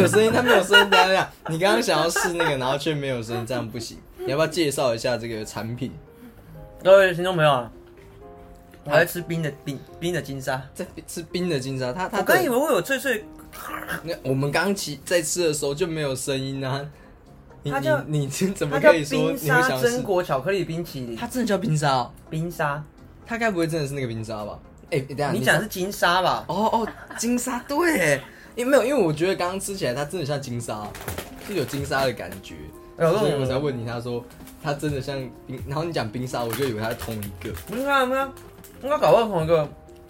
有声音，它没有声音，等一下等一下，你刚刚想要试那个，然后却没有声音，这样不行。你要不要介绍一下这个产品？各位听众朋友啊，嗯我还吃冰的冰冰的金沙。在吃冰的金沙，它它我刚以为会有脆脆，那我们刚骑在吃的时候就没有声音啊。你它叫你你这怎么它叫可以说冰你会沙想榛吃？果巧克力冰淇淋。它真的叫冰沙、哦？冰沙，它该不会真的是那个冰沙吧？哎、等一下你讲讲的是金沙吧？哦哦，金沙对耶，因为没有，因为我觉得刚刚吃起来它真的像金沙，就有金沙的感觉，哎呦所以我才问你，他说它真的像冰，然后你讲冰沙，我就以为它是同一个，不是啊，不是啊，应该搞不好同一个。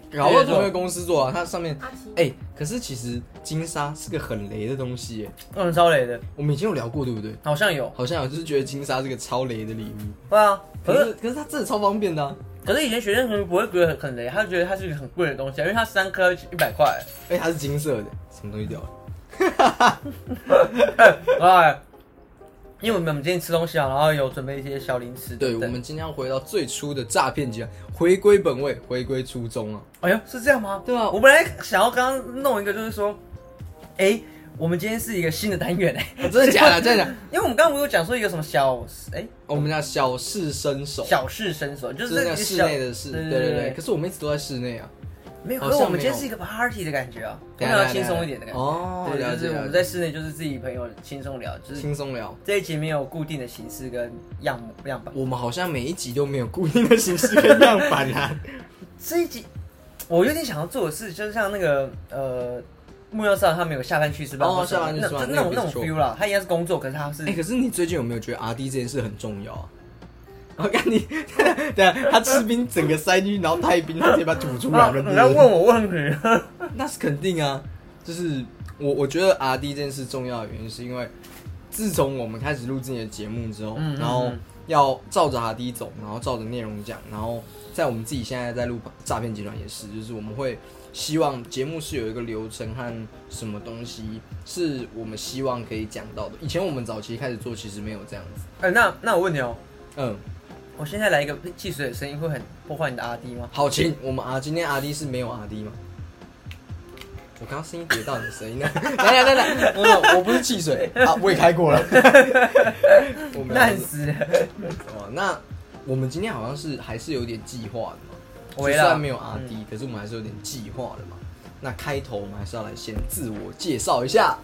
然后同一个公司做啊，它上面阿奇，哎、可是其实金沙是个很雷的东西耶，嗯，超雷的，我们以前有聊过对不对？好像有。好像有，就是觉得金沙是个超雷的礼物，对啊，可可是是可是它真的超方便的、啊，可是以前学生可能不会觉得很雷，他觉得它是一个很贵的东西啊，因为它三颗一 百块。哎、它是金色的，什么东西掉了？哎，因为我们我们今天吃东西啊，然后有准备一些小零食。对，不我们今天要回到最初的诈骗集团，回归本位，回归初衷啊。哎呦，是这样吗？对啊我本来想要刚刚弄一个，就是说，哎、我们今天是一个新的单元哎、 哦真的 假的？真的假的？因为我们刚刚不是有讲说一个什么小哎、哦我们叫小试身手，小试身手，就是就是这那个哦个小室内的事。对对对对对对。可是我们一直都在室内啊，没有，好因像为我们没今有天是一个 party 的感觉啊，我等一们下要等一轻下松一点的感觉。哦对，了就解是我了们解在室内就是自己朋友轻松聊，就是轻松聊。这一集没有固定的形式跟样样板。我们好像每一集都没有固定的形式跟样板啊。这一集我有点想要做的事，就是像那个呃。木曜少他们有下班去吃饭哦或什么，下班去吃饭那那个那种不那种错 feel 啦。他应该是工作，可是他 是啊哎，可是你最近有没有觉得 R D 这件事很重要啊？ 我看你， 对啊，他吃冰整个塞进去，然后拍冰，他直接把它吐出来啊了。对不你对要问我问题，那是肯定啊，就是我我觉得 R D 这件事重要的原因，是因为自从我们开始录自己的节目之后，嗯嗯然后嗯要照着 R D 走，然后照着内容讲，然后在我们自己现在在录诈骗集团也是，就是我们会希望节目是有一个流程和什么东西是我们希望可以讲到的。以前我们早期开始做，其实没有这样子。 哎，那那我问你哦，嗯，我现在来一个汽水的声音会很破坏你的阿弟吗？好，请我们啊，今天 R D 是没有 R D 吗？我刚刚声音跌到你的声音了， 等等等等，没有，我不是汽水啊，我也开过了， 我没有烂 死了，哦，那我们今天好像是还是有点计划的嘛，我就也啦算没有 R D，、可是嗯我们还是有点计划的嘛。那开头我们还是要来先自我介绍一下。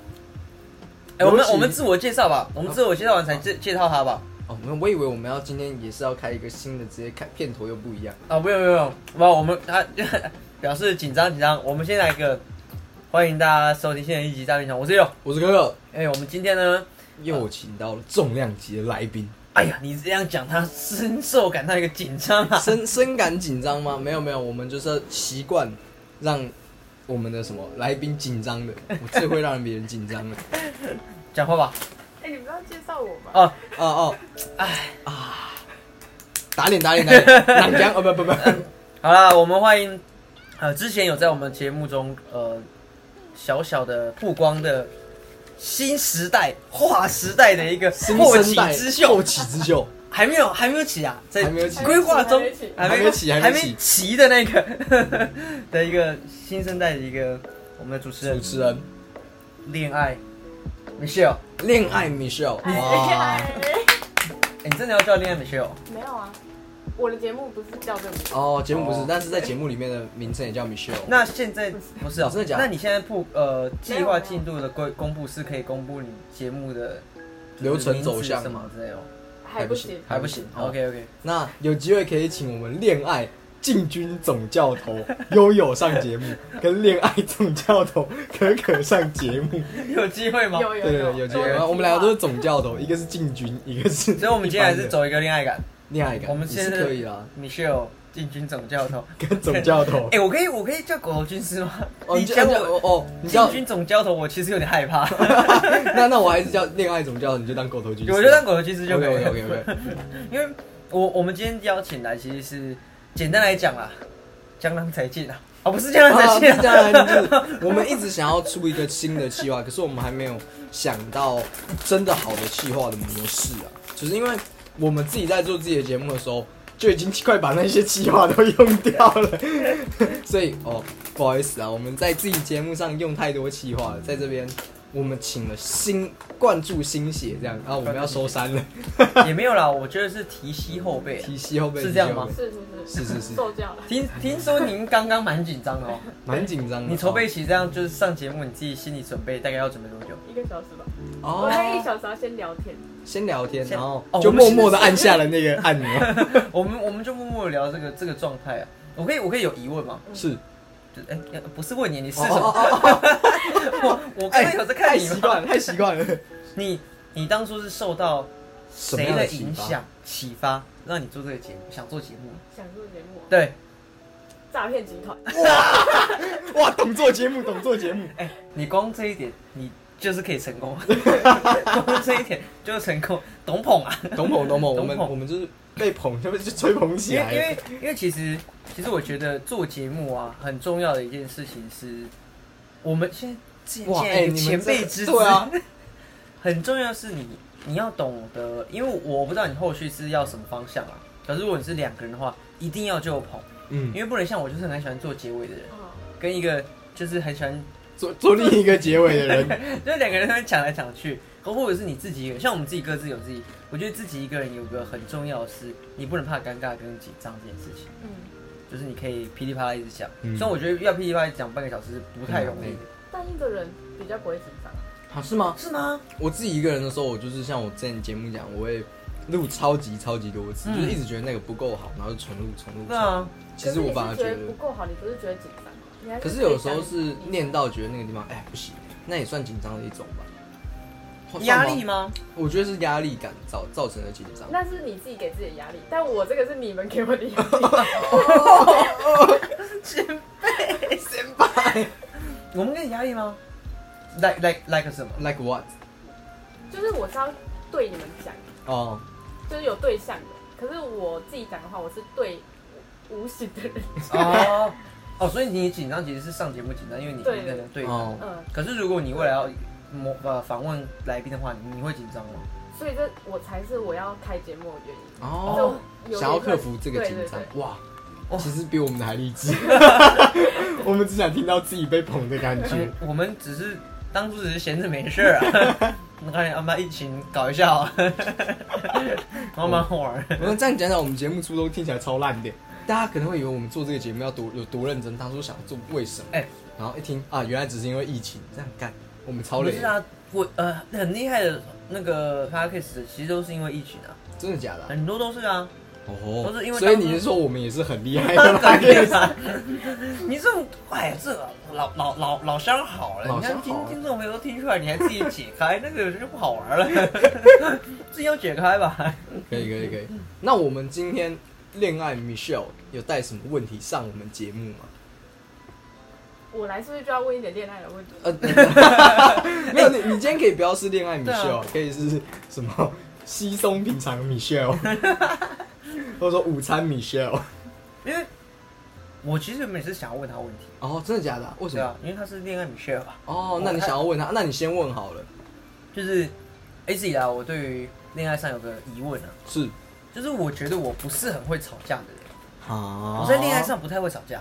哎，我们尤其我们自我介绍吧，我们自我介绍完才介介绍他吧。哦，没有，我以为我们要今天也是要开一个新的，直接开片头又不一样。啊，不用不用，不，我们 他表示紧张紧张。我们先来一个，欢迎大家收听新的一集大片场，我是佑。我是哥哥，哎、我们今天呢，又请到了重量级的来宾。哎呀，你这样讲，他深受感到一个紧张啊。深 深感紧张吗？没有没有，我们就是习惯让我们的什么来宾紧张的， 我最会让别人紧张了。讲话吧。哎，你不要介绍我吗？哦，哦哦，啊哎，打脸打脸打 脸，南疆哦不不不，好啦，我们欢迎，呃，之前有在我们节目中，呃，小小的曝光的新时代划时代的一个后新生起代之秀后，起之 秀，还没有还没有起啊，在还没有起规划中还没有起还还没起起的那个 的一个新生代的一个我们的主持主人持人，恋爱，Michelle，恋爱 Michelle，哎哇，哦哎你真的要叫恋爱 Michelle？ 没有啊，我的节目不是叫这个名字，哦节目不是哦，但是在节目里面的名称也叫 Michelle。那现在不是哦，真的假的那你现在铺呃计没有没划有进度的公公布是可以公布你节目的流程走向什么之类的吗，还不行。还还不不行行。哦 OK OK，那有机会可以请我们恋爱进军总教头悠悠上节目，跟恋爱总教头可可上节目。 有机会吗？有有对对，对有机会。我们两个都是总教头，一个是进军，一个是。所以我们今天还是走一个恋爱感恋爱感，我们也现是在可以啦， ，Michelle 进军总教 头。跟总教头哎、。我可以，我可以叫狗头军师吗？哦，你就叫啊就我哦哦，你进叫军总教头，我其实有点害 怕。那那我还是叫恋爱总教头，你就当狗头军师。我就当狗头军师就可以 OK 了。 OK OK。 因为我我们今天邀请来，其实是简单来讲啦，江郎才尽啊，哦，不是江郎才啊，尽接下啊，来就是我们一直想要出一个新的计划，可是我们还没有想到真的好的计划的模式啊，就是因为我们自己在做自己的节目的时候。就已经快把那些计划都用掉 了，所以哦，不好意思啊，我们在自己节目上用太多计划了，在这边我们请了新灌注新血这样，然后我们要收山了， 也没有啦，我觉得是提膝后背啊。提膝后背是这样吗是是是是是受教了。听听说您刚刚蛮紧张 的哦，蛮紧张的。你筹备期这样就是上节目，你自己心理准备大概要准备多 久？一个小时吧，我哦，那一小时要先聊天，先聊天，先然后哦就我们默现在默的按下了那个 按钮。我们我们就默默地聊这个这个状态啊。我可以我可以有疑问吗？是，就哎、呃不是问你，你是哦什哦么？哦哦 我我刚刚有在看太你习吗？惯了，太习惯了。 你你当初是受到什么谁样的的启影发响启发，让你做这个节目，想做节目吗？想做节目，对，诈骗集 团，哇，懂做节目，懂做节目。哎、你光这一点，你就是可以成 功， 光这一点就是成功，懂捧啊！懂捧懂捧，我懂们捧我们就是被捧，就被就吹捧起因为来因了。为因为其实其实我觉得做节目啊，很重要的一件事情是，我们现在渐哇，哎、渐有你前们辈这之资，对啊， 很重要的是你你要懂得，因为我不知道你后续是要什么方向啊。可是如果你是两个人的话，一定要就捧，嗯因，为不能像我就是很喜欢做结尾的人，嗯，跟一个就是很喜欢 做做另一个结尾的 人，就是两个人在那边抢来抢去，或或者是你自己一个人，像我们自己各自有自己，我觉得自己一个人有个很重要的是，你不能怕尴尬跟紧张这件事情，嗯就是你可以噼里啪啦一直讲，嗯虽然我觉得要噼里啪啦一直讲半个小时是不太容易的，但一个人比较不会紧张，啊，是吗？是吗？我自己一个人的时候，我就是像我之前节目讲，我会录超级超级多次，嗯就是一直觉得那个不够好，然后就重录重录。对，啊，其实我反而可觉是得你是，不够好，你不是觉得紧张，你还可是可以有时候想是念到觉得那个地方，哎，不行，那也算紧张的一种吧。算压力？ 吗？我觉得是压力感造造成的紧张。那是你自己给自己的压力，但我这个是你们给我的压力。我们给你压力吗？like like like 什么？ Like what？就是我是要对你们讲，哦，就是有对象的。可是我自己讲的话，我是对无形的人。哦 哦，所以你紧张其实是上节目紧张，因为你一个对人对谈。哦，嗯，可是如果你未来要模呃访问来宾的话，你你会紧张吗？所以这我才是我要开节目的原因。哦，就有点想要克服这个紧张对对，哇哇！其实比我们的还励 志，我们只想听到自己被捧的感觉嗯。我们只是当初只是闲着没事儿啊， 那看要不要一起搞一下 啊，蛮蛮好玩儿。我们这样讲讲，我们节目初衷听起来超烂的，大家可能会以为我们做这个节目要多有多认真，当初想做为什么？哎然后一听啊，原来只是因为疫情这样干，我们超不累是，啊，我呃很厉害的那个 p a c k a g e 其实都是因为疫情啊，真的假的啊？很多都是 啊，哦，都是因为所以当初你是说我们也是很厉害的 当啦然？对啊。你这种哎呀，这老老老老乡好了，老你乡好看听了听众朋友都听出来，你还自己解开，那个就不好玩 了，自己要解开吧。可以可以可以。那我们今天恋爱 Michelle 有带什么问题上我们节目吗？我来是不是就要问一点恋爱的问题？呃， 没有你，你今天可以不要是恋爱米对啊秀，可以是什么稀松平常米秀， 或者说午餐米哦秀。因为我其实每次想要问他问题，哦，真的假的啊、为什对么啊？，因为他是恋爱米歇尔吧。哦，那你我想看要问他，那你先问好了。就是一直以来我对于恋爱上有个疑问啊，是就是我觉得我不是很会吵架的人，啊我在恋爱，上不太会吵架。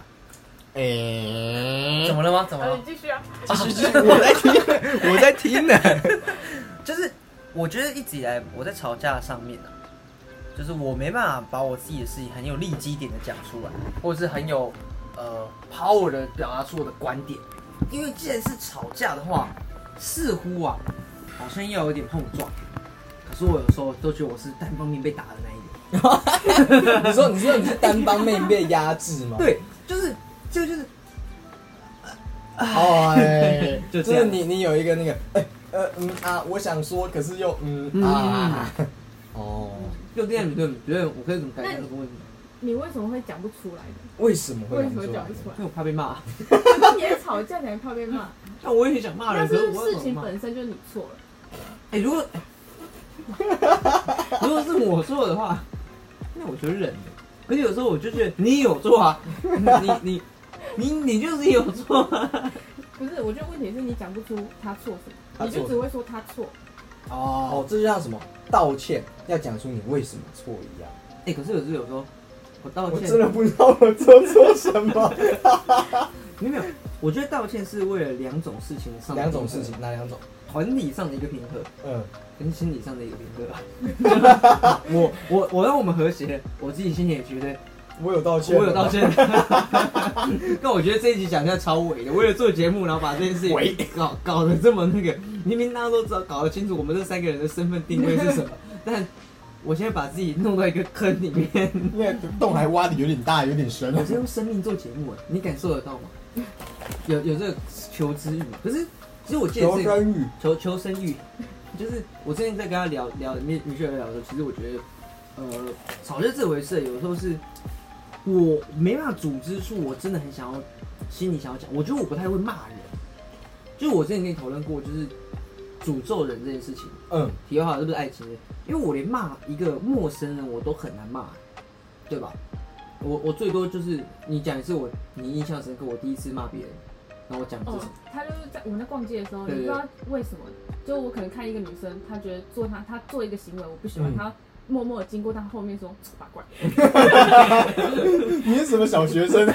哎、怎么了吗？怎哦么呃，了你？继续啊。继续继续，我在听，我在听呢。就是我觉得一直以来我在吵架上面啊，就是我没办法把我自己的事情很有立基点的讲出来，或者是很有呃 power 的表达出我的观点，因为既然是吵架的话，似乎啊好像要有点碰撞，可是我有时候都觉得我是单方面被打的那一个。 你说，你说你是单方面被压制吗？，对，就是就就是哦，哎就 就是这样你，你有一个那个，哎、呃，嗯啊，我想说，可是又嗯啊，哦，就恋爱理论，觉得我可以怎么改那善你这个问题？你为什么会讲不出来呢？ 为什么会为什讲么出来讲不？出来因？为我怕被骂，那你也吵架，你还怕被骂？ 但我也想骂那人，是可是不我是要事怎情么骂？本身就是你错了？哎，如果如果是我做的话，那我就忍了。而且有时候我就觉得你有做啊，你你你你就是有做啊。不是，我觉得问题是你讲不出他错什他么，错你就只会说他错。哦，哦，这就像什么道歉，要讲出你为什么错一样。哎，可是有时候有时候我道我歉，真的不知道我做错什 么。没有没有，我觉得道歉是为了两种事情上的两种平衡事情，，哪两种？团体上的一个平衡嗯，跟心理上的一个平衡吧。 我我我让我们和谐，我自己心里也觉得我有道歉，我有道。歉。 但我觉得这一集讲的超伪的，为了做节目，然后把这件事伪情搞搞得这么那个，明明大家都知道搞得清楚我们这三个人的身份定位 是什么，但我现在把自己弄到一个坑里面。因为洞还挖的有点大，有点深。我是用生命做节目，你感受得到吗？有有这个求知欲吗？可是其实我记得求是生欲，求求生欲，就是我最近在跟他聊聊米米雪儿聊的时候，其实我觉得，呃，早就自为是有时候是我没办法组织出我真的很想要心里想要讲，我觉得我不太会骂人，就是我之前跟你讨论过，就是诅咒人这件事情，嗯，题外话是不是爱情的？因为我连骂一个陌生人我都很难骂，对吧？我我最多就是你讲一次我你印象深刻，我第一次骂别人，然后我讲这哦种，，他就是在我们在逛街的时候，对你对不知道为什么，就我可能看一个女生，她觉得做她她做一个行为我不喜欢，嗯她默默地经过她后面说八怪，你是什么小学生 啊？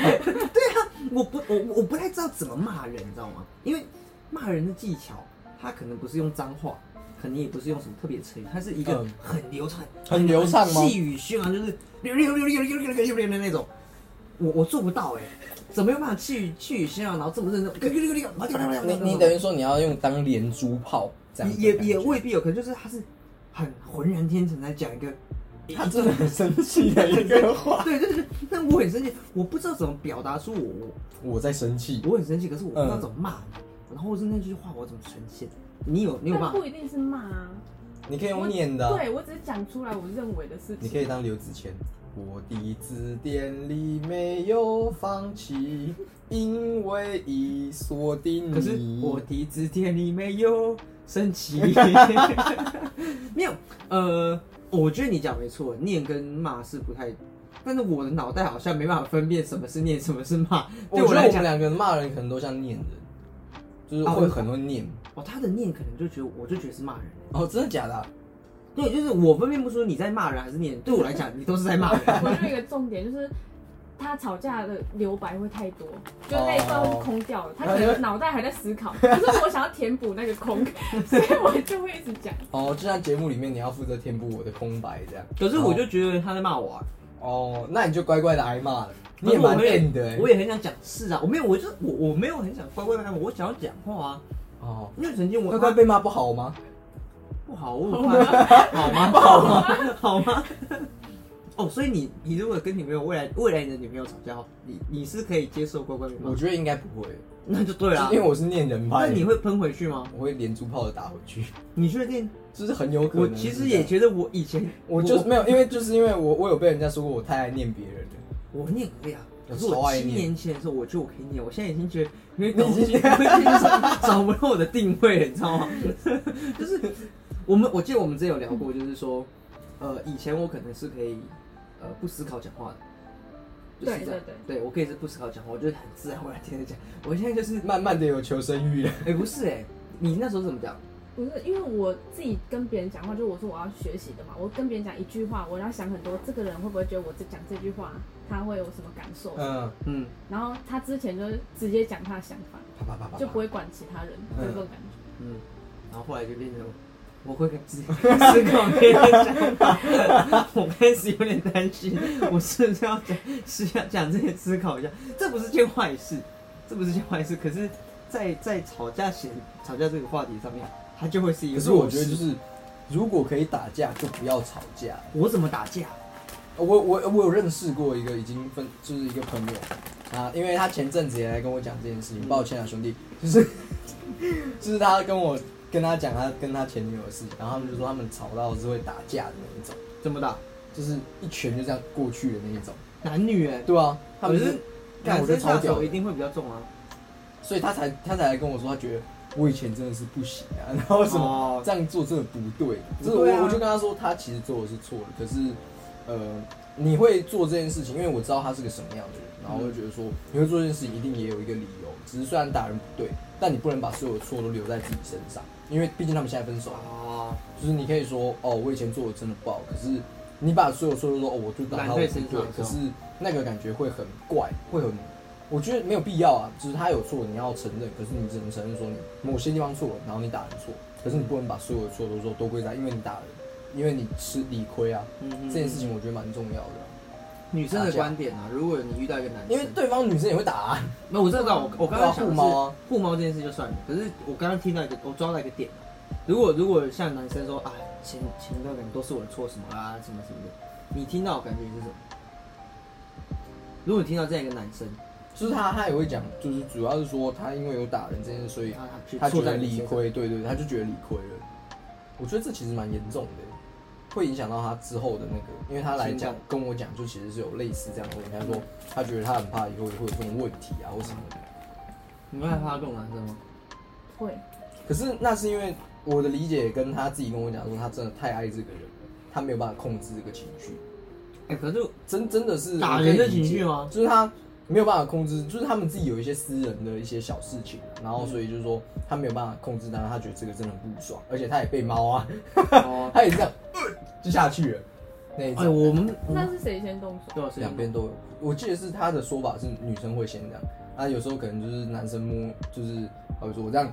我不我我不太知道怎么骂人，你知道吗？因为骂人的技巧，他可能不是用脏话，可能也不是用什么特别成语，它是一个嗯很流畅、很流畅吗细语轩昂，就是溜溜溜溜溜溜溜溜的那种。我我做不到哎、怎么有办法气宇气宇轩昂，然后这么认真？溜溜溜溜溜你你等于说你要用当连珠炮这样子也的感觉？也未必有，可能就是他是很浑然天成在讲一个他真的很 生气的一个话。 对对对，但我很生气，我不知道怎么表达出我我在生气，我很生气，可是我不知道怎么骂你，然后是那句话我怎么呈现？你有你有但骂？不一定是骂啊，你可以我用念的啊，对我只是讲出来我认为的事情，你可以当刘子谦。我的字典里没有放弃，因为已锁定你。可是我的字典里没有升旗， 没有。呃，我觉得你讲没错，念跟骂是不太，但是我的脑袋好像没办法分辨什么是念，什么是骂。我对觉得来我们讲，两个人骂人可能都像念人，就是啊会我很多念。哦，他的念可能就觉得，我就觉得是骂人。哦，真的假的啊、对，就是我分辨不出你在骂人还是念。对我来讲，你都是在骂人。 我觉得有一个重点就是。他吵架的留白会太多，就那一段哦是空掉了，他可能脑袋还在思考，可是我想要填补那个空，所以我就会一直讲。哦，就像节目里面你要负责填补我的空白这样。可是我就觉得他在骂我啊。哦，那你就乖乖的挨骂了，你可也是我蛮会硬的、欸。我也很想讲，是啊，我没有，我就是我我没有很想乖乖地看我想要讲话啊，哦，因为曾经我乖乖被骂不好吗？不好，我有怕 好吗？好吗？好吗？哦，所以你你如果跟女朋友未来未来你的女朋友吵架后，你你是可以接受乖乖被骂我，觉得应该不会，那就对啦因为。我是念人那派。你会喷回去吗？我会连珠炮的打回去，你确定？就是很有可我能是这其样。实也觉得我以前我就是没有，因为就是因为我我有被人家说过我太爱念别人了。我我念可以啊。我可是我超爱七念年前的时候，我觉得我可以念，我现在已经觉得因为你已经我已经找找不到我的定位了，你知道吗？ 就是我们，我记得我们之前有聊过，就是说，呃，以前我可能是可以呃不思考讲话的，就是对这样对，对我可以是不思考讲话，我就是很自然而然听着讲。我现在就是，慢慢的有求生欲了。哎、不是哎、你那时候怎么讲？不是因为我自己跟别人讲话，就是我说我要学习的嘛，我跟别人讲一句话，我要想很多，这个人会不会觉得我这讲这句话，他会有什么感受？嗯，嗯，然后他之前就是直接讲他的想法，啪啪啪啪啪，就不会管其他人，嗯就这种感觉。啊嗯，然后后来就变成我会自己 思考别人的想法，我开始有点担心，我是不是要讲是要讲这些思考一下？这不是件坏事，这不是件坏事。可是在，在吵架前吵架这个话题上面，它就会是一个可弱势。是我觉得就是，如果可以打架，就不要吵架。我怎么打架？我我我有认识过一个已经分，就是一个朋友啊，因为他前阵子也来跟我讲这件事情，嗯抱歉啊兄弟，就是 就是他跟我跟他讲他跟他前女友的事情，然后他们就说他们吵到是会打架的那一种，怎么打？就是一拳就这样过去的那一种，男女哎、对啊，他可们是是，看我觉得超下屌手的一，定会比较重啊。所以他才他才来跟我说，他觉得我以前真的是不行啊， 然后什么。哦这样做真的不对。就是不我、对啊我就跟他说，他其实做的是错的，可是呃，你会做这件事情，因为我知道他是个什么样的人，然后我就觉得说，你会做这件事情一定也有一个理由。只是虽然打人不对，但你不能把所有的错都留在自己身上，因为毕竟他们现在分手了，哦，就是你可以说，哦，我以前做的真的不好，可是你把所有错都说哦，我就打他揽我在不身对上，可是那个感觉会很怪，会很，我觉得没有必要啊。就是他有错，你要承认，可是你只能承认说你某些地方错了，然后你打人错，可是你不能把所有的错都说都归在，因为你打人，因为你吃理亏啊。嗯这件事情我觉得蛮重要的啊、女生的观点啊，如果你遇到一个男生，因为对方女生也会打、啊，那我知道，我我刚刚想对啊护的是猫啊护猫这件事就算了，可是我刚刚听到一个，我抓到一个点啊，如果如果像男生说啊，前前一段感情都是我的错什么啊什么什么的，你听到的感觉是什么？如果你听到这样一个男生，就是他他也会讲，就是主要是说他因为有打人这件事，所以他他他去觉得在你理身上，亏，对对，他就觉得理亏了。我觉得这其实蛮严重的，会影响到他之后的那个，因为他来情讲感嗯跟我讲，就其实是有类似这样的问题。他说他觉得他很怕以后会有这种问题啊，或什么的。你会害怕这种男生吗？会，可是那是因为我的理解跟他自己跟我讲说，他真的太爱这个人了，他没有办法控制这个情绪，哎、可是真真的是打我可以人的理解情绪吗就是他没有办法控制，就是他们自己有一些私人的一些小事情，然后嗯所以就是说他没有办法控制，但是他觉得这个真的很不爽，而且他也被猫啊，哦他也这样、呃就下去了那一哎、种，我们我那们是谁先动手？对啊哦是两边都有。我记得是他的说法是女生会先这样，啊有时候可能就是男生摸，就是好比说我这样，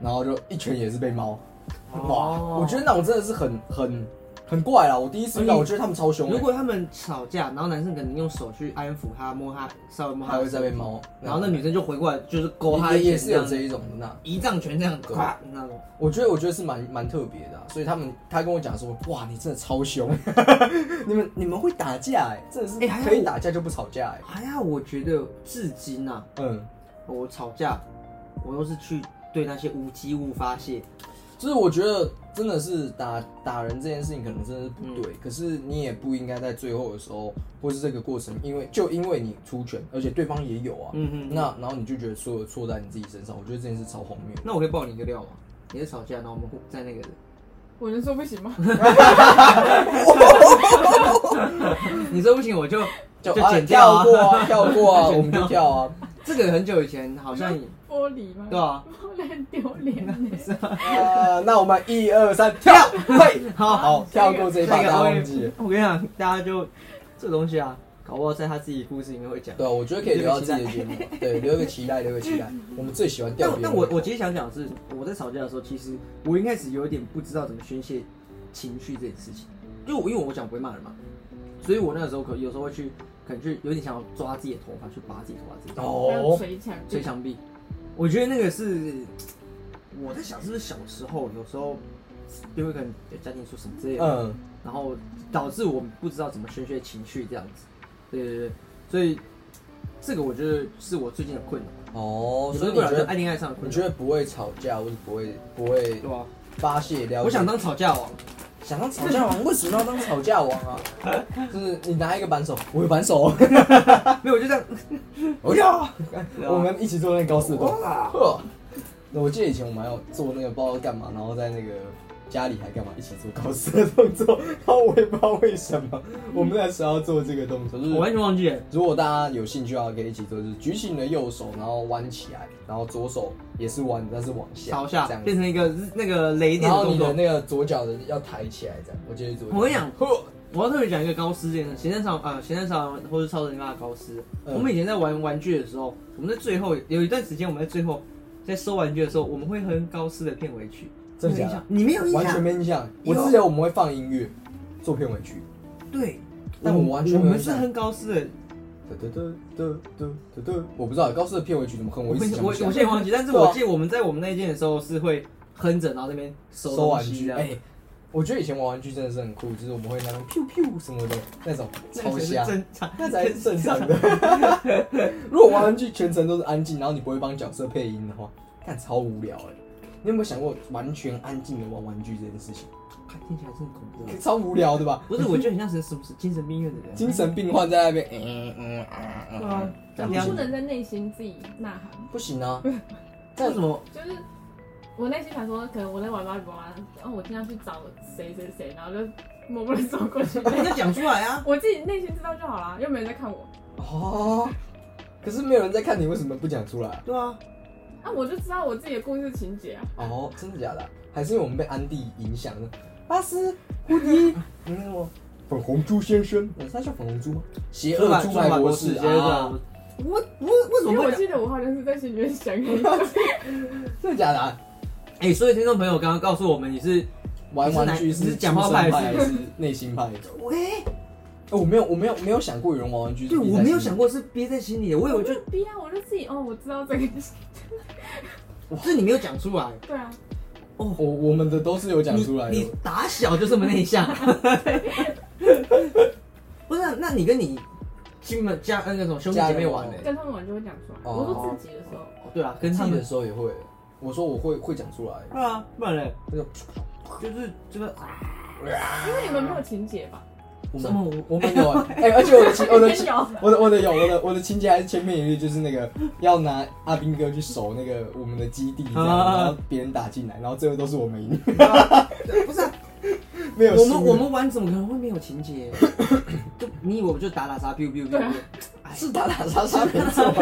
然后就一拳也是被猫，哇，哦我觉得那种真的是很很很怪啊啦，我第一次遇到，而且我觉得他们超凶、哎如欸，果他们吵架，然后男生可能用手去安抚他，摸他，稍微摸他还的会手，再被猫，然后那女生就回过来就是勾他也一拳也是这有样这一种的那。一丈拳这样咵那种。我觉得我觉得是蛮蛮特别的啊、所以他们他跟我讲说，哇，你真的超凶， 你们你们会打架哎、真的哎是还好可以打架就不吵架哎、还好，我觉得至今啊，嗯，我吵架，我都是去对那些无机物发泄。就是我觉得真的是打打人这件事情可能真的是不嗯对，可是你也不应该在最后的时候或是这个过程，因为就因为你出拳，而且对方也有啊，嗯嗯嗯那然后你就觉得所有错在你自己身上，我觉得这件事超荒谬。那我可以爆你一个料吗？也是吵架，然后我们在那个， 我能说不行吗？你说不行我就 就啊剪掉跳过啊。啊，跳过 啊，剪掉我们就跳啊，这个很久以前好像也玻璃吗？对啊，我很丢脸呢。呃，那我们一二三跳，快， 好 好，跳过这一把，大那个家我忘记了也。我跟你讲，大家就这东西啊，搞不好在他自己故事里面会讲。对啊，我觉得可以留到自己的 节目，对，留个期待，留个期待。我们最喜欢但掉别但人我的我其实想讲的是，我在吵架的时候，其实我一开始有一点不知道怎么宣泄情绪这件事情，因为我因为我讲不会骂人嘛，所以我那个时候可有时候会去，可能去有点想要抓自己的头发，去拔自己头发自己头还有哦，捶墙壁，吹墙壁。我觉得那个是我在想，是不是小时候有时候因为可能有家庭说什么之类的，嗯，然后导致我们不知道怎么宣泄情绪这样子。对对对，所以这个我觉得是我最近的困扰。哦，有时所以你候对觉我来说，爱得恋爱上的困你扰。觉得不会吵架，或者不会不会对啊，发泄掉？我想当吵架王，想当吵架王，为什么要当吵架王啊？就是你拿一个扳手，我有扳手，啊没有我就这样，我啊 要，对啊我们一起做那个高四洞。啊呵那我记得以前我们还有做那个不知道干嘛，然后在那个家里还干嘛一起做高斯的动作，然后我也不知道为什么我们那时候要做这个动作，就是我完全忘记了。如果大家有兴趣的话，可以一起做，就是举起你的右手，然后弯起来，然后左手也是弯，但是往下，朝下这样变子。成一个日那个雷然电的后你动的作。那个左脚的要抬起来，这样。我记得左脚。我跟你讲 呵，我要特别讲一个高斯这件事，咸蛋厂啊，咸蛋厂或是超人妈的高斯。嗯我们以前在玩玩具的时候，我们在最后有一段时间，我们在最后在收玩具的时候，我们会哼高斯的片尾曲。真的你假有印的象？？你没有印啊完全象？没印象。我有之前我们会放音乐做片尾曲，对，但我完全我没有印们是象哼高斯的。得得得得得得得，我不知道高斯的片尾曲怎么哼，我我一直想我不我起现在来。也忘记，但是对啊我记得我们在我们那一间的时候是会哼着，然后那边收收东玩西啊具，这样哎，我觉得以前玩玩具真的是很酷，就是我们会那种 pew pew 什么的那种，那超个才是瞎。正常，那才是正常的。 如果玩玩具全程都是安静，然后你不会帮角色配音的话，看超无聊哎、你有没有想过完全安静的玩玩具这件事情？看听起来是很恐怖。超无聊对吧？不是，我觉得很像是什么是精神病院的人。精神病患在那边，嗯嗯嗯嗯对啊嗯，这样不你要不行能在内心自己呐喊，不行啊！ 为什么？就是。我内心想说，可能我在玩芭比娃娃，然后我经常去找谁谁谁，然后就默默的走过去。你要讲出来啊！我自己内心知道就好啦，又没人在看我。哦，可是没有人在看你，为什么不讲出来？对啊，啊，我就知道我自己的故事情节啊。哦，真的假的？还是因为我们被安迪影响了？巴斯、胡迪，嗯，我粉红猪先生，呃他叫粉红猪吗？邪出恶版猪出爱版国国士史，啊，我我为什因为么我会记得我好像是在新 源想过一个真的假的啊？哎、所以听众朋友刚刚告诉我们你是玩玩具你是哪你是讲讲话派派还还是内心派？哎喂，我没有，我没有，没有想过有人玩玩具。对我没有想，过是憋在心里的，我以为就逼啊，我就自己哦，我知道这个，是你没有讲出来，对啊，我我们的都是有讲你出来的你。打小就这么内向，啊 不是啊？那你跟你亲们家呃那个什么兄弟姐妹玩的、跟他们玩就会讲出来。哦我说自己的时候，对啊，跟跟他他们们的时候也会，我说我会会讲出来，对啊，不然嘞，那个就是这个啊因为你们没有情节吧？我什么们我我们有 啊，哎，而且我的情我的情没有，我的我的有我的我的情节还是千篇一律，就是那个要拿阿兵哥去守那个我们的基地，这样啊然后别人打进来，然后最后都是我们赢，不是啊，没有我输们我们玩怎么可能会没有情 节？就你以为我们就打打杀 biu biu biu，对啊 biu 哎是打打杀杀没错啊，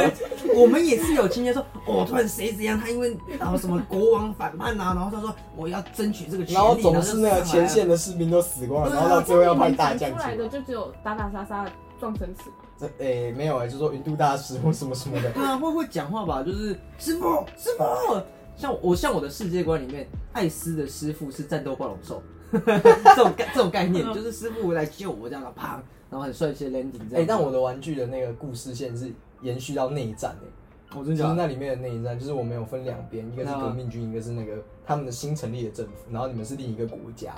我们也是有情节说，哦，突然谁怎样，他因为然后什么国王反叛啊，然后他说我要争取这个权利， 然后总是那个就上前来了线的士兵都死光了，对然啊后到最后要你派们大讲将出来进的来。就只有打打杀杀、撞生死。这哎没有哎，就说云度大师或什么什 么的，对啊，会会讲话吧？就是师傅，师傅。像我像我的世界观里面，艾斯的师傅是战斗暴龙兽， 这种概这种概念，就是师傅来救我这样的，砰，然后很帅气的 landing 这哎样。，但我的玩具的那个故事线是延续到内战哎。我就哦真是讲，那里面的内战，就是我们有分两边，一个是革命军，一个是那个他们的新成立的政府，然后你们是另一个国家。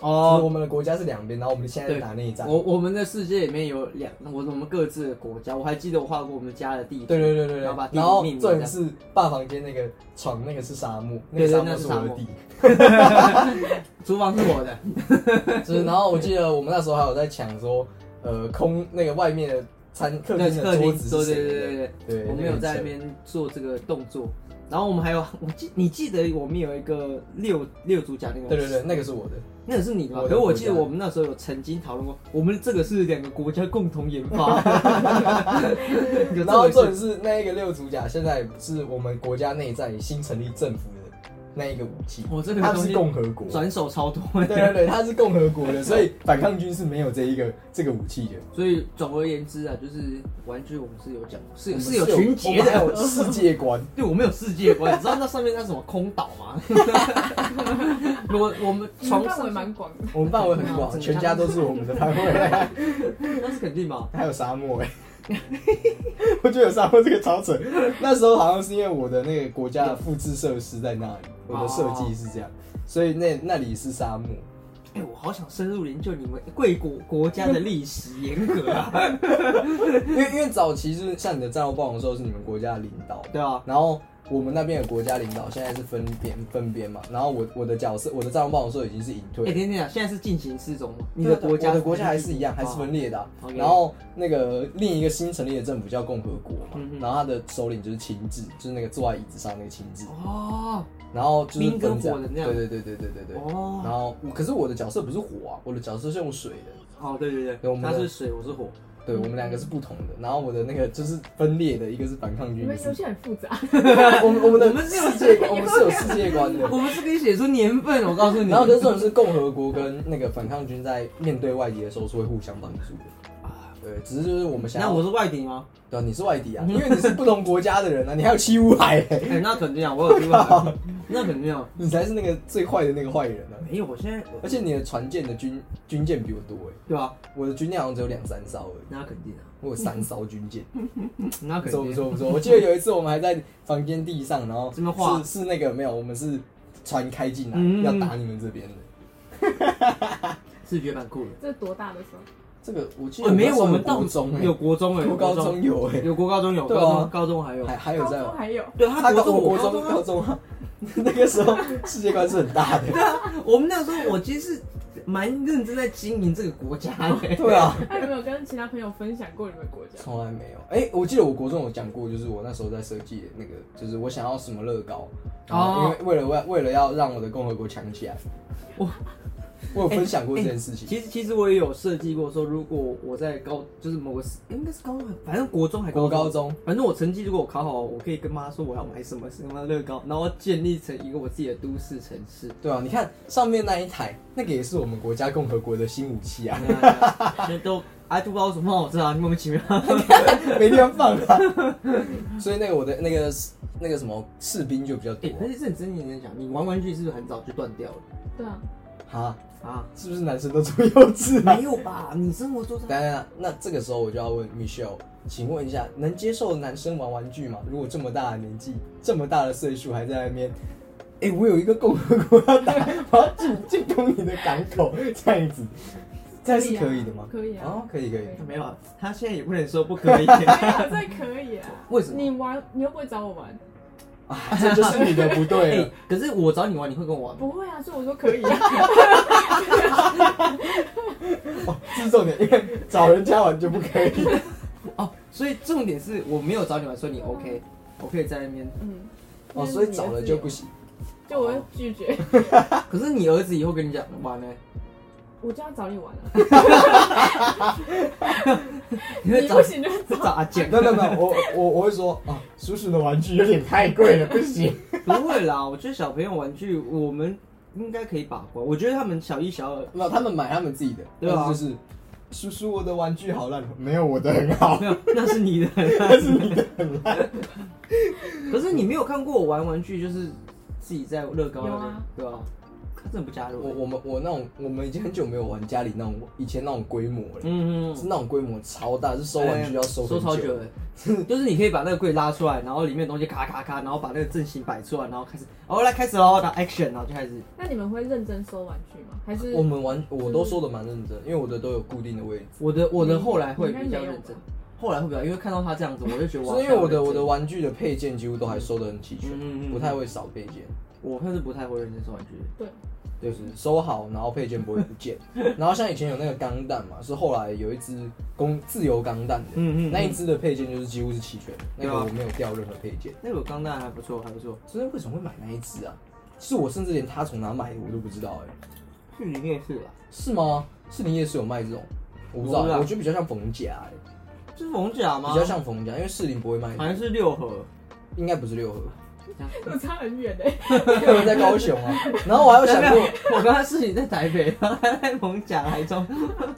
哦，我哦，们的国家是两边，然后我们现在在打内战。我我们的世界里面有两，我我们各自的国家，我还记得我画过我们家的地图，对对对对然后把对，地然图后命名重这点样。是大房间那个床，那个是沙漠，那对个沙对漠是我的 地。厨房是我 的，就是，然后我记得我们那时候还有在抢说，呃，空那个外面的餐客对厅客的桌厅子对是对谁对的？对对，对，我们有在那个很边做这个动作，然后我们还有， 我记你记得我们有一个六六主角那个扯，对对对，那个是我的。那个是你的吧？我的可是我记得国家我们那时候有曾经讨论过，我们这个是两个国家共同研 发，有然后重这种点是那一个六主甲现在是我们国家内战新成立政府的那一个武器，我这个它东是西共和国。转手超多，对对对，它是共和国的，所以反抗军是没有这一个这个武器的。所以总而言之啊，就是玩具我们是有讲，我是们是有群结我们还的有，世界观。 对我们有世界观，你知道那上面那是什么空岛吗？ 我我们你们床范围上蛮广的，我们范围很广， 全家都是我们的范 围，那是肯定嘛，还有沙漠哎、 我觉得有沙漠这个超扯。那时候好像是因为我的那个国家的复制设施在那里，哦我的设计是这样，所以那那里是沙漠。哎、我好想深入研究你们贵国国家的历史严格 啊，因为因为早期就是像你的战后暴龙兽是你们国家的领导，对啊，然后我们那边的国家领导现在是分边分边嘛，然后我我的角色我的战后暴龙兽已经是隐退哎、了，等等，现在是进行失踪吗？你对的啊对啊国家我的国家还是一样，还是哦分裂的啊、 OK 然后那个另一个新成立的政府叫共和国嘛，嗯哼然后他的首领就是秦制，就是那个坐在椅子上那个秦制，哦然后就是民跟分这火的那样对对对对对对对。然哦后我可是我的角色不是火啊，我的角色是用水的，哦，对对对我对，们他的是水，我是火，对我们两个是不同的。然后我的那个就是分裂的，一个是反抗你军，一们个是游戏很复杂， 我们我们我的们是有世 界观，我们是有世界观的。我们是可以写出年份，我告诉你。然后跟这种是共和国跟那个反抗军在面对外敌的时候是会互相帮助的。对，只是就是我们想要，啊那我嗯是外敌吗？对啊、你是外敌啊，因为你是不同国家的人啊，你还有欺侮海、 哎、那肯定啊，我有另外一个， 那肯定啊。你才是那个最坏的那个坏人啊。没有，我现在而且你的船舰的军军舰比我多哎、对啊，我的军舰好像只有两三艘而已，那肯定啊，我有三艘军舰，那不肯错不定。错不错。我记得有一次我们还在房间地上，然后这边画是是那个没有，我们是船开进来、嗯要打你们这边的。视觉版酷的。这多大的时候？这个我记哦得没有，我们到到中哎、有国中哎，国高中有哎、有国高中有，对啊高中高中还有，还还有高在中玩。还有，对他国中我我国高中中高啊，中啊， 那个时候世界观是很大的。我们那时候我其实是蛮认真在经营这个国家 的。对啊，那有没有跟其他朋友分享过你们国家？从来没有。哎、我记得我国中有讲过，就是我那时候在设计那个，就是我想要哦什么乐高，然后因为为了为为了要让我的共和国强起来，我有分享过这件事情。其实其实我也有设计过，说如果我在高就是某个时应该是高中还，反正国中还国高高中，反正我成绩如果我考好，我可以跟妈说我要买什么什么乐高，然后建立成一个我自己的都市城市。对啊，你看上面那一台，那个也是我们国家共和国的新武器啊，这都 哎，都不知道什么好吃啊，莫名其妙。没地方放啊。 所以那个我的那个那个什么士兵就比较多哎，但是认真一点讲，你玩玩具是不是很早就断掉了对啊，啊，啊？是不是男生都这么幼稚啊没？有吧？你生活做当然，那这个时候我就要问 Michelle，请问一下，能接受男生玩玩具吗？如果这么大的年纪，这么大的岁数还在那边，哎、我有一个共和国要打，我要进进攻你的港口，这样子，这样是可以的吗？可以啊，哦，可以可以。没有，他现在也不能说不可以。没有这可以啊。 为什么？你玩，你又不会找我玩？啊，这就是你的不对 哎了。，可是我找你玩，你会跟我玩吗？不会啊，所以我说可 以啊。哦，这是重点，因为找人家玩就不可以。 哦，所以重点是我没有找你玩，所以你 OK，我可以在那边。嗯，哦，所以找了就不哦行。就我会 拒绝，啊可是你儿子以后跟你讲玩呢，我就要找 你玩了。啊 你会你找不行就找阿健？没有没 有没有，我我我会说啊，叔叔的玩具有点太贵了，不行。不会啦，我觉得小朋友玩具我们应该可以把关。我觉得他们小一、小二没有，他们买他们自己的，对啊但是就是叔叔我的玩具好烂，没有我的很好 没。有，那是你的，那是你的很烂。可是你没有看过我玩玩具，就是自己在乐高有那边啊，对吧？他真的不加入欸我我们我那种我们已经很久没有玩家里那种以前那种规模了，嗯嗯是那种规模超大，是收玩具要收收超很久久。的， 就是你可以把那个柜拉出来，然后里面的东西咔咔咔，然后把那个阵型摆出来，然后开始，哦，来开始喽，然后 action，然后就开始。那你们会认真收玩具吗？还是我们玩我都收的蛮认真，因为我的都有固定的位置。我的我的后来会应该比较没有认真吧，后来会比较，因为看到他这样子，我就觉得嗯哇，是因为我的太认我真的玩具的配件几乎都还收的很齐全，嗯嗯嗯不太会少配件。我算是不太会认真收玩具。对？就是收好，然后配件不会不 见。然后像以前有那个钢弹嘛，是后来有一只公自由钢弹的，嗯嗯嗯那一只的配件就是几乎是齐全的，那对啊个我没有掉任何配件。那个钢弹还不错，还不错。所以为什么会买那一只啊？是我甚至连它从哪买的我都不知道哎、去里面是吧？是吗？是你夜市有卖这种？我不知道，欸啊我不知道我觉得比较像冯甲、欸，是蒙甲吗？比较像冯甲，因为士林不会卖好，像是六合。应该不是六合，我差很远哎。六合在高雄 啊。然后我还有想过， 我刚刚事情在台北，然后还在蒙甲台 中，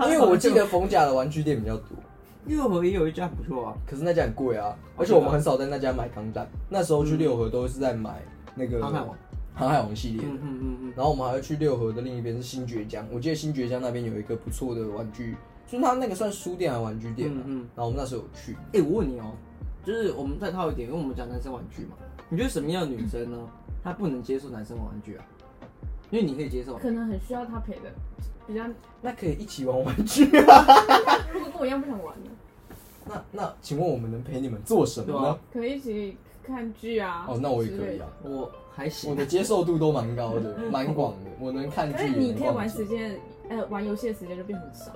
因为我记得冯甲的玩具店比较多， 六合也有一家不错啊，可是那家很贵啊，而且我们很少在那家买钢弹。那时候去六合都是在买那个航海王，航海王系列。嗯嗯嗯嗯，然后我们还会去六合的另一边是新爵江，我记得新爵江那边有一个不错的玩具，就是它那个算书店还是玩具店、啊。嗯嗯然后我们那时候有去，哎、我问你哦，就是我们再套一点，因为我们讲男生玩具嘛，你觉得什么样的女生呢？她不能接受男生玩玩具啊？因为你可以接受，啊可能很需要他陪的，比较那可以一起玩玩具啊。如果跟我一样不想玩的，那那，请问我们能陪你们做什么对呢啊？可以一起看剧啊。哦，那我也可之类以的。啊，我还行我。的接受度都蛮高的，蛮广的，我能看可是剧，你可以也能逛玩时街，啊间，呃，玩游戏的时间就变很少。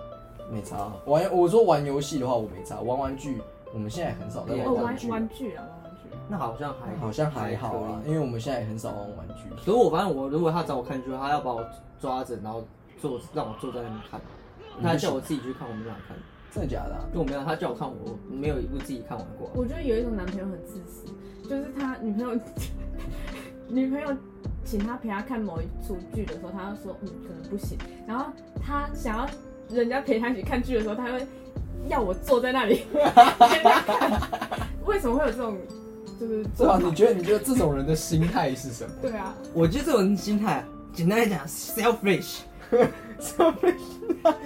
没差啊。玩我说玩游戏的话，我没差，玩玩具，我们现在很少在对哦，玩玩玩具，玩具啊，玩玩具。那好像还好像还好可以啊，因为我们现在也很少玩玩具。可是我发现，我如果他找我看剧，他要把我抓着，然后坐让我坐在那边看，他还叫我自己去看，我没办法看，真的假的啊？因为我没有他叫我看，我没有一部自己看完过啊、我觉得有一种男朋友很自私，就是他女朋友，女朋友请他陪他看某一出剧的时候，他就说嗯可能不行，然后他想要人家陪他一起看剧的时候，他会要我坐在那里陪他看，为什么会有这种就是对做啊，法你觉得你觉得这种人的心态是什么？对啊， 我觉得这种心态，简单来讲，selfish，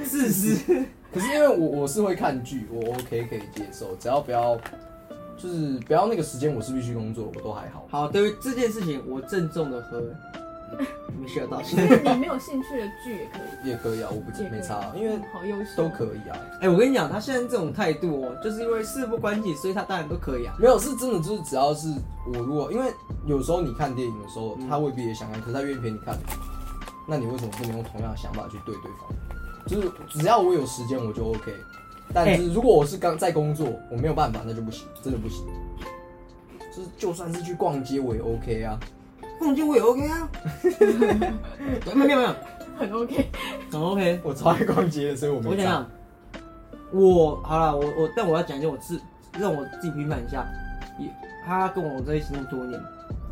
自私。可是因为我我是会看剧，我 OK 可以接受，只要不要就是不要那个时间我是必须工作，我都还好。好，对于这件事情，我郑重的和 Michelle 道歉。就是你没有兴趣的剧也可以，也可以啊，我不也可以没差啊，因为好优秀，都可以啊。哎、我跟你讲，他现在这种态度哦，就是因为事不关己，所以他当然都可以啊。没有是真的，就是只要是我如果因为有时候你看电影的时候，嗯他未必也想看，可是他愿意陪你看，那你为什么不能用同样的想法去对对方？就是只要我有时间我就 OK，但是如果我是刚在工作，我没有办法，那就不行，真的不行。就是就算是去逛街我也 OK 啊，逛街我也 OK 啊。没有没有没有，很 OK，很 OK。我超爱逛街的，所以我没我想找想，我好了，我我，但我要讲一件我自让我自己平反一下，也他跟我在一起那么多年，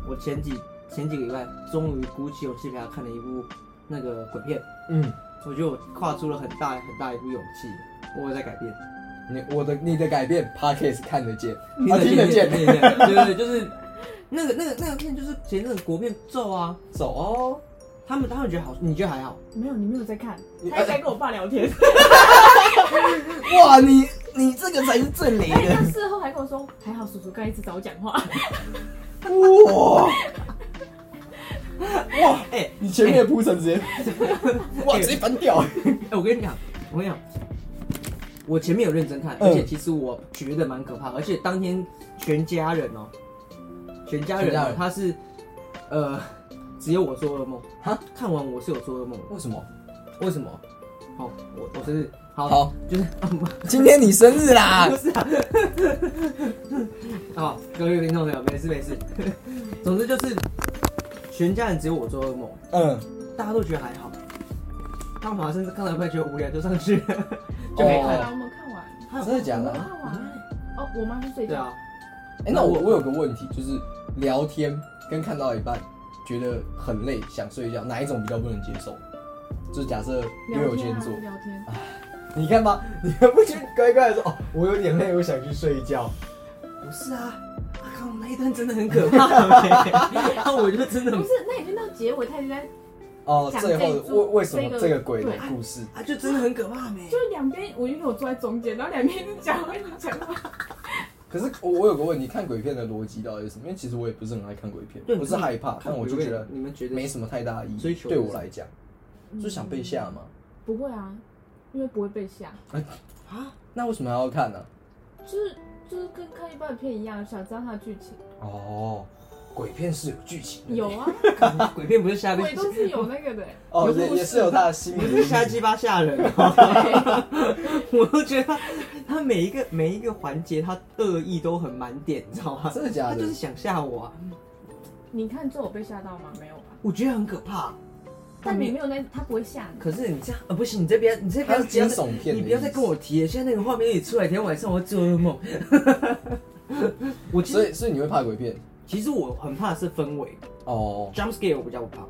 我前几前几个礼拜终于鼓起勇气陪他看了一部那个鬼片，嗯，我觉得我跨出了很大很大一步勇气，我有在改啊变，你我的你的改变 p o d c a s t 看得见，啊听听得见，听得见，呃对对，就是那个那个那个那就是前阵子国片咒啊，走哦。他们他们觉得好，你觉得还好？没有，你呃没有在看你，他也在跟我爸聊 天。哇，你你这个才是最雷哎，他事后还跟我说，还好叔叔刚一直找我讲话。哇哇！ 哎、你前面的铺陈直 接，哇，直接翻掉。哎、我跟你讲，我跟你讲，我前面有认真看，嗯而且其实我觉得蛮可怕，而且当天全家人哦、全家全人、家哦人，他是呃，只有我做噩梦哈。看完我是有做噩梦的，为什么？为什么？好，我我生日，好，好，就是啊，今天你生日啦 不！是啊啊，好，各位听众朋友，没事没事，总之就是全家人只有我做噩梦，嗯，大家都觉得还好。他们好像甚至看到一半觉得无聊就上去了，就没看哦好了，我们看完，了。真的假的？看完。嗯哦，我妈去睡对觉。啊，哎、那我我有个问题，就是聊天跟看到一半觉得很累想睡觉，哪一种比较不能接受？就是假设聊因为我今天天啊做，聊天，你看吧，你还不去乖乖的说哦，我有点累，我想去睡觉。不是啊，啊靠，那一段真的很可 怕、欸，那我就真的不是，那已经到结尾，他已经在，哦，讲最后这一为组为什这么个这个鬼的对故事？啊，就真的很可怕没、就是两边，我因为我坐在中间，然后两边一直讲话，一直讲话。可是我我有个问题，看鬼片的逻辑到底是什么？因为其实我也不是很爱看鬼片，对不是害怕，但我就觉得你们觉得没什么太大的意义追。求对的是我来讲，嗯就是想被吓嘛。嗯不会啊，因为不会被吓，啊？那为什么还要看呢、就是就是跟看一般的片一样，想知道它的剧情。哦，鬼片是有剧情的。有 啊，鬼片不是吓，鬼都是有那个的、欸。哦，有故也也事是有他的心不理是因素瞎鸡巴吓人、 我都觉得他他每一个每一个环节他恶意都很满点，你知道吗？真的假的他啊就是想吓我啊，你看最后被吓到吗？没有吧？我觉得很可怕。但你没有那，他不会吓你。可是你这样啊，不行，你这边你这它边是惊悚片的你不要再跟我提了。现在那个画面一出来，今天晚上我会做噩梦。 我其所实以所以你会怕鬼片？其实我很怕的是氛围哦， ，jump scare 我比较不怕，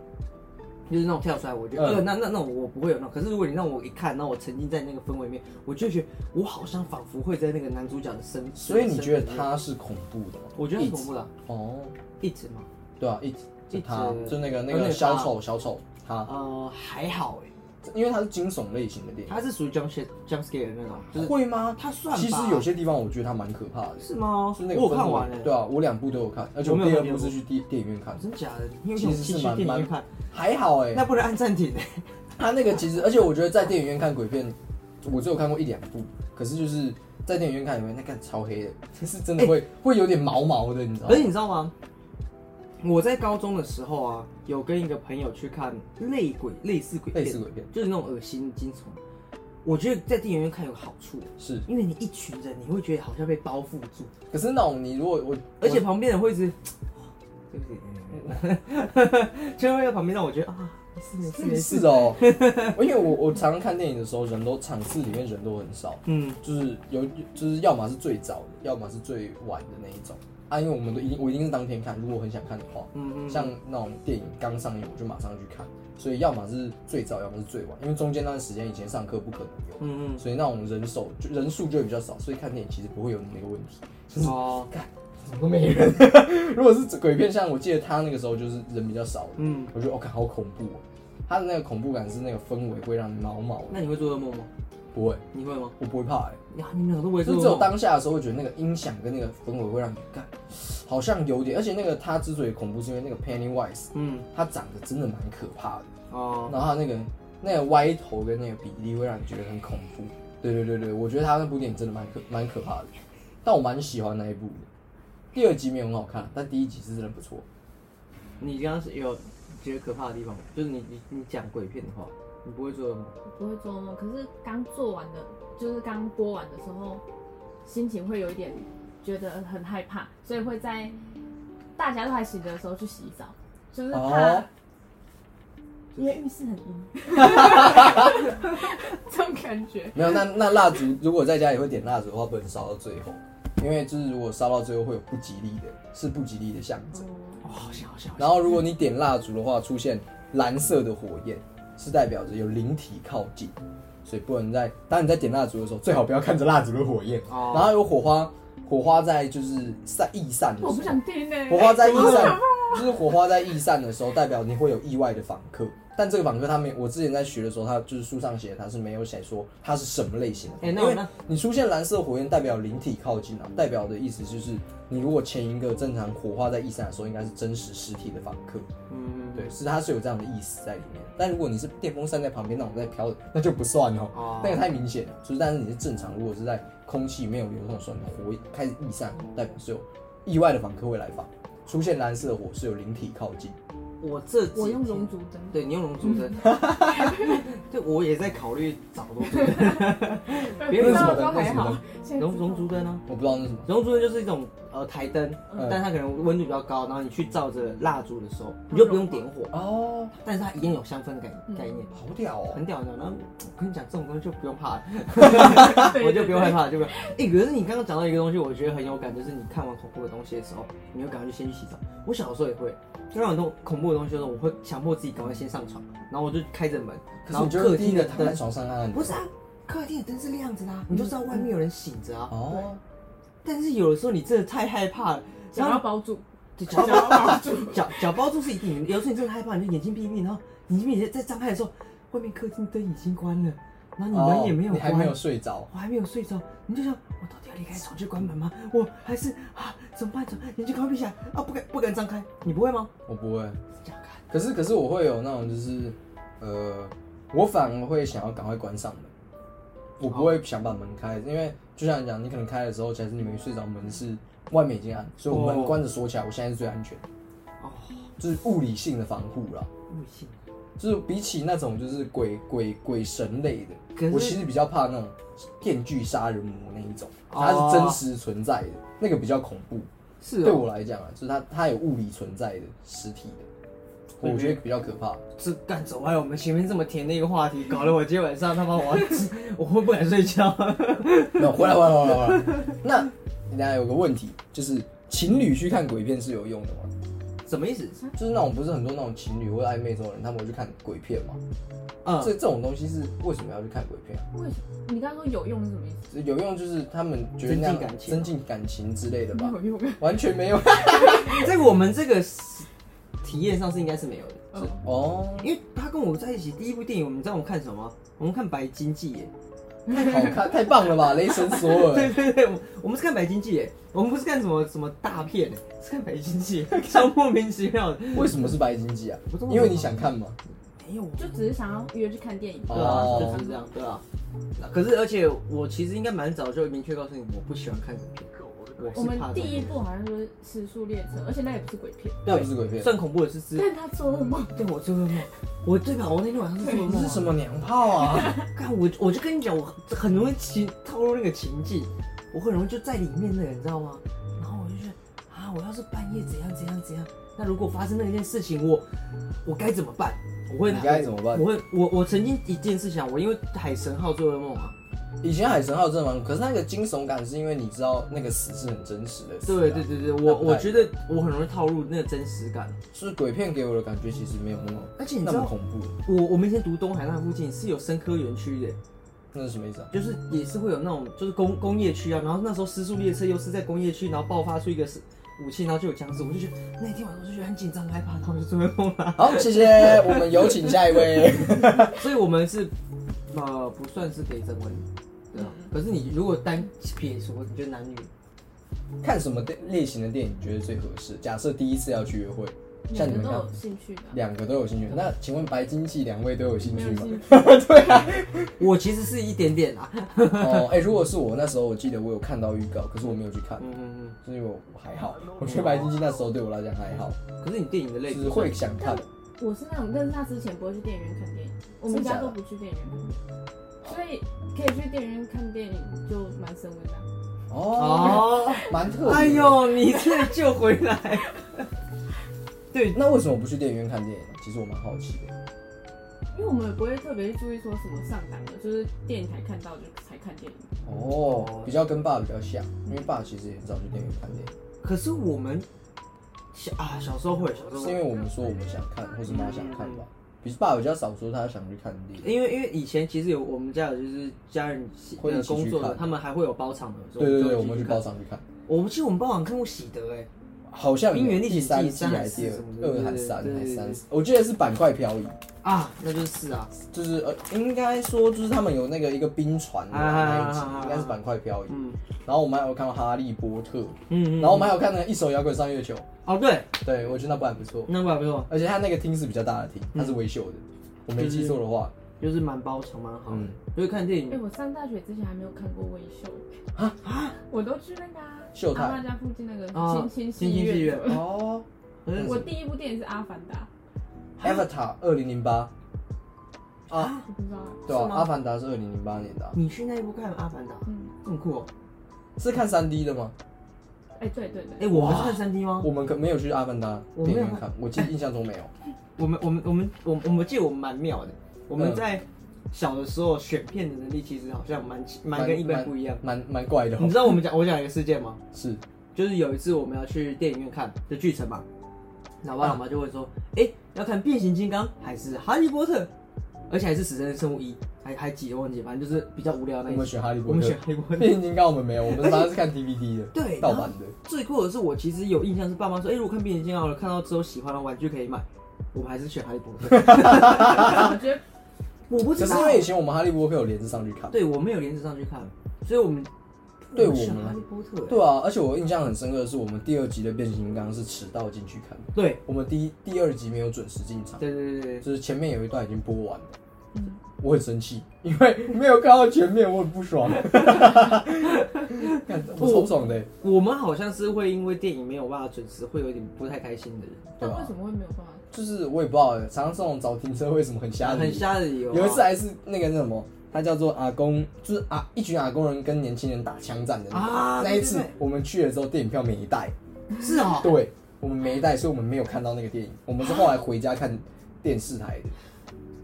就是那种跳出来，我觉得、嗯呃，那那那我不会有那种。可是如果你让我一看，那我沉浸在那个氛围里面，我就觉得我好像仿佛会在那个男主角的身。所以你觉身得体里面？它是恐怖的吗？我觉得很恐怖啦，哦，一直嘛，对啊，一直就一直他就那个那哦个那个小他丑小丑他，呃，还好哎、因为他是惊悚类型的电影，它是属于 jump scare jump scare 的那种，就是会吗？它算哦吧其实有些地方我觉得它蛮可怕的，是吗？是那个我有氛看围完了、欸对啊，我两部都有看，而且我我没有第二看部是去第电电影院看的，真假的？你有其勇实是气去蛮电影蛮院看？还好哎、那不能按暂停欸他那个其实，而且我觉得在电影院看鬼片，我只有看过一两部，可是就是在电影院看里面，那看超黑的，就是真哎的会、会有点毛毛的，你知道吗而且？你知道吗？我在高中的时候啊，有跟一个朋友去看类鬼、类似鬼片，类似鬼片就是那种恶心惊悚。我觉得在电影院看有个好处，是，因为你一群人，你会觉得好像被包覆住，可是那种你如果我，而且我旁边人 会一直，对不起，就会在旁边让我觉得啊，没事没事没是事，是哦，我因为我我常常看电影的时候，人都场次里面人都很少，嗯，就是有就是要么是最早的，要么是最晚的那一种啊，因为我们都一定我一定是当天看，如果我很想看的话，嗯嗯嗯像那种电影刚上映我就马上去看，所以要么是最早，要么是最晚，因为中间那段时间以前上课不可能有。嗯所以那种人手就人数就会比较少，所以看电影其实不会有那个问题， 就是嗯，哦，怎么都没人。如果是鬼片，像我记得他那个时候就是人比较少的，嗯，我觉得哦，看好恐怖、哦，他的那个恐怖感是那个氛围会让你毛毛的，那你会做噩梦吗？不会，你会吗？我不会怕哎、呀，你们两个都不会就做是只有噩梦，当下的时候会觉得那个音响跟那个氛围会让你干，好像有点，而且那个他之所以恐怖是因为那个 Pennywise 嗯，他长得真的蛮可怕的，哦，然后他那个那个歪头跟那个比例会让你觉得很恐怖。对对对对，我觉得他那部电影真的蛮可蛮可怕的，但我蛮喜欢那一部的。第二集没有很好看，但第一集是真的不错。你刚刚是有觉得可怕的地方吗？就是你你你讲鬼片的话，你不会做噩梦。不会做梦，可是刚做完的，就是刚播完的时候，心情会有一点觉得很害怕，所以会在大家都还醒着的时候去洗哦澡，就是怕，哦 因为浴室很阴，感觉。没有，那那蜡烛如果在家里会点蜡烛的话，不能烧到最后，因为就是如果烧到最后会有不吉利的，是不吉利的象征。哦，好香好香。然后如果你点蜡烛的话，出现蓝色的火焰，是代表着有灵体靠近，所以不能在当你在点蜡烛的时候，最好不要看着蜡烛的火焰。哦然后有火花，火花在就是散易散的时我候不，想听呢、欸。火花在易好可散怕，就是火花在易散的时候，代表你会有意外的访客。但这个访客他没，我之前在学的时候，他就是书上写的，他是没有写说他是什么类型的。哎因那我为那你出现蓝色火焰，代表灵体靠近啊，代表的意思就是你如果前一个正常火花在易散的时候，应该是真实实体的访客。嗯，对，是它是有这样的意思在里面。但如果你是电风扇在旁边那种在飘的，那就不算哦，哦那个太明显了。就是，但是你是正常，如果是在空气没有流动的时候，你的火开始易散，代表是有意外的访客会来访，出现蓝色的火是有灵体靠近。我这几我用天熔烛灯。对你用龙 珠灯，对我也在考虑找龙珠灯，别不人知什么道的时候还好为什么，现 在龙知道龙珠灯啊，我不知道那是什么，龙珠灯就是一种呃台灯，嗯但它可能温度比较高，然后你去照着蜡烛的时候，你就不用点火，哦，但是它一样有香氛的概嗯概念，好屌哦很！屌的。然后嗯我跟你讲，这种东西就不用怕了，对我就不用害。对对怕了，就不用。哎，可是你刚刚讲到一个东西，我觉得很有感，就是你看完恐怖的东西的时候，你会赶快去先去洗澡。我小时候也会，看完东恐怖的东西的时候，我会强迫自己赶快先上床，然后我就开着门，可然是后你就客第一厅个的躺灯在床上按按钮，不是啊，客厅的灯是亮着的、啊，你就知道外面有人醒着啊。哦，但是有的时候你真的太害怕了，想然要后包住，对脚想要包住，脚脚包住是一定的，有时候你真的害怕，你就眼睛闭闭，然后眼睛闭闭在张开的时候，外面客厅灯已经关了，然后你门也没有哦你还关，没有睡着，我还没有睡着，你就想我到底要离开床去关门吗？我还是啊怎么办？怎么眼睛快闭起来啊，不敢不敢张开，你不会吗？我不会。这样看可是可是我会有那种就是，呃，我反而会想要赶快关上门，我不会想把门开，因为就像你讲，你可能开的时候，其实你没睡着，门是外面已经暗，所以我门哦关着锁起来，我现在是最安全的，哦，就是物理性的防护啦。悟性。就是比起那种就是鬼鬼鬼神类可的，是我其实比较怕那种电锯杀人魔那一种，哦它是真实存在的，那个比较恐怖。是哦对我来讲啊，就是它它有物理存在的实体的，嗯我觉得比较可怕。这干走歪，我们前面这么甜的一个话题，搞得我今天晚上他妈我要 我会不敢睡觉。没有，回来，回来，回来，回来。那你家有个问题，就是情侣去看鬼片是有用的吗？ 什么意思？就是那种不是很多那种情侣或者暧昧中的人，他们会去看鬼片嘛？嗯，这这种东西是为什么要去看鬼片、啊？为什么？你刚刚说有用是什么意思？有用就是他们觉得那样增进感情啊增进感情之类的吧没？有用啊。完全没有。这个我们这个体验上是应该是没有的，嗯哦，因为他跟我在一起第一部电影，我们知道我们看什么吗？我们看《白金记》耶。好看，太棒了 吧！雷神索对尔，对对，我我们是看《白金记》耶，我们不是看什么什么大片耶，是看《白金记》，超莫名其妙的。为什么是白金鸡啊我都？因为你想看嘛。没有，就只是想要约去看电影。哦对啊，就是这样，对啊。可是而且我其实应该蛮早就明确告诉你，我不喜欢看鬼片，我我是们怕这种第一部好像就是《时速列车》，而且那也不是鬼片，那不是鬼片，算恐怖的是之但他做噩梦。对，我做噩梦，我对吧？我那天晚上是做噩你梦、是什？么娘炮 啊？看我，我就跟你讲，我很容易情透露那个情境，我很容易就在里面的，你知道吗？然后我就觉得啊，我要是半夜怎样怎样怎样，那如果发生那件事情，我我该怎么办？我会你该怎么办我会我我曾经一件事情啊，我因为海神号做噩梦啊，以前海神号真的蛮，可是那个惊悚感是因为你知道那个死是很真实的死啊。对对对对，那我不太我觉得我很容易套入那个真实感，就是鬼片给我的感觉其实没有那么，而且你那知么道，恐怖，我我们以前读东海那附近是有深科园区的，那是什么意思啊？就是也是会有那种就是工工业区啊，然后那时候失速列车又是在工业区，然后爆发出一个是武器，然后就有僵尸，我就觉得那天晚上我就觉得很紧张害怕，然后就做噩梦啦。好，谢谢， 我们有请下一位。 所以我们是呃不算是给征婚，对啊。嗯可是你如果单撇除，你觉得男女看什么电类型的电影觉得最合适？假设第一次要去约会，像两你个们都刚有兴趣的啊，两个都有兴趣，那请问白金记两位都有兴没趣有吗？兴趣。 啊我其实是一点点啊，哦，哎、如果是我那时候，我记得我有看到预告，可是我没有去看，嗯嗯所以我还好。哦我觉得白金记那时候对我来讲还好，嗯。可是你电影的类就型是会想看。我是那种认识他之前不会去电影院看电影，我们家都不去电影院看电影，所以可以去电影院看电影就蛮升温的啊。哦，哦，蛮、特别。哎，呦，你这救回来。 对，那为什么不去电影院看电影呢？其实我蛮好奇的。因为我们也不会特别注意说什么上档的，就是电影台看到就才看电影。哦，比较跟爸比较像，因为爸其实也很早去电影院看电影，可是我们小啊，小时候会，小时候是因会，为我们说我们想看，或是妈想看吧。比是爸比较少说他想去看电影。因为因为以前其实有我们家有就是家人会一的起去工作的，看他们还会有包场的，对对对，我我们们就会去一起看包。场去看，我们记得我们包场看过喜德哎，好像有冰原历第险记三季三还还是是第什么二的二还对是对三对还是对三对，我记得是板块漂移，啊，那就是啊，就是呃，应该说就是他们有那个一个冰船的那一集啊啊啊啊，啊应该是板块漂移。嗯然后我们还有看到《哈利波特》，嗯然后我们还有看那个《一手摇滚上月球》，哦对，对我觉得那部还不错，那不还不错，而且它那个厅是比较大的厅，嗯它是维修的，我没记错的话，就是蛮包场蛮好的嗯，就是看电哎、影我上大学之前还没有看过微秀，啊 我都去那个、啊、秀泰阿妈家附近那个啊青青青青戏戏院院。哦嗯我第一部电影是《阿凡达哎，Avatar 二零零八啊，》，我不知道啊。对啊是，吗阿凡达是二零零八年的啊，你去那一部看《阿凡达》，嗯，这么酷哦！是看三 D 的吗？哎、对对哎， 对，我们是看三 D 吗？我们可没有去阿凡达我电影没有院看看，我记印象中没有。我们我们我们我我们记得我们蛮妙的，嗯我们在小的时候选片的能力其实好像蛮蛮跟一般不一样。蛮蛮怪的哦、你知道我们讲我讲一个事件吗？是就是有一次我们要去电影院看的剧城嘛，老爸啊老妈就会说，哎、要看变形金刚还是哈利波特，而且还是死神的生物一，还还几个忘记，反正就是比较无聊的我那一们集。选哈利我波们特选，哎哈利波特。变形金刚我们没有，我们当时是看 DVD 的，对盗版的。最酷的是我其实有印象是爸妈说，哎、如果看变形金刚，我看到之后喜欢的玩具可以买，我们还是选哈利波特。我觉得 我不可知是道因，为以前我们哈利波特有连着上去看，对我没有连着上去看，所以我们对我选们哈利波特、对啊，而且我印象很深刻的是，我们第二集的变形金刚是迟到进去看，对我们第一第二集没有准时进场，对对对对，就是前面有一段已经播完了，嗯我很生气，因为没有看到前面，我很不 爽，看我超爽的欸、我们好像是会因为电影没有办法准时，会有点不太开心的人。对啊但吧、为什么会没有办法？就是我也不知道欸，常常这种找停车位什么很瞎的理由很瞎的理由啊。有一次还是那个那什么，他叫做阿公，就是啊一群阿公人跟年轻人打枪战的那个啊那一次对对我们去了之后，电影票没带，对是哦，对我们没带，所以我们没有看到那个电影，我们是后来回家看电视台的。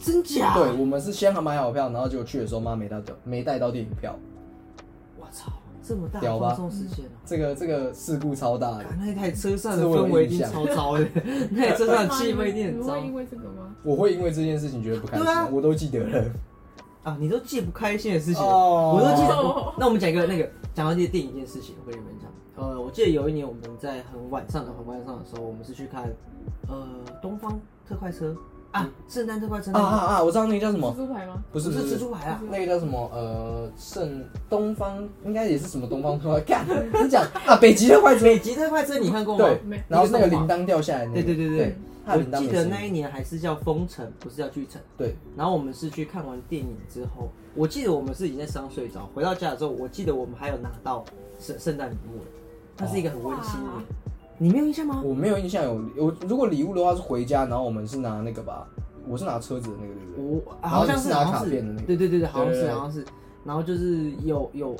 真假？对，我们是先还买好票，然后结果去的时候妈没带到，没带到电影票，我操，这么大屌的吧放松时间啊！这个这个事故超大的干。那台车上的自我有氛围一影定响超 糟的，那台车啊上的气氛一定你很会糟因为这个吗？我会因为这件事情觉得不开心，对啊我都记得了。啊！你都记不开心的事情，哦我都记得哦。那我们讲一个那个，讲到这些电影一件事情，我跟你们讲。呃，我记得有一年我们在很晚上的很晚上的时候，我们是去看呃《东方特快车》啊，《圣诞特快车》啊那啊个，啊！我知道那个叫什么蜘，蛛牌吗？不是不不是是蜘蛛牌啊，那个叫什么？呃，圣东方应该也是什么东方说 干，你讲啊，北极的快车。北极特快车你看过吗？对没，然后那个铃铛掉下来、那个，对对对对对，它的我铃铛记没得声那一音。年还是叫封城，不是叫巨城。对，然后我们是去看完电影之后，我记得我们是已经在山上睡着，回到家的时候，我记得我们还有拿到圣圣诞礼物，它是一个很温馨的啊哇。你没有印象吗？我没有印象有我如果礼物的话是回家，然后我们是拿那个吧，我是拿车子的那个，对不对？我然后好像你是是拿好像卡是片的那个对对对对，好像对是对对好像是，然后就是有有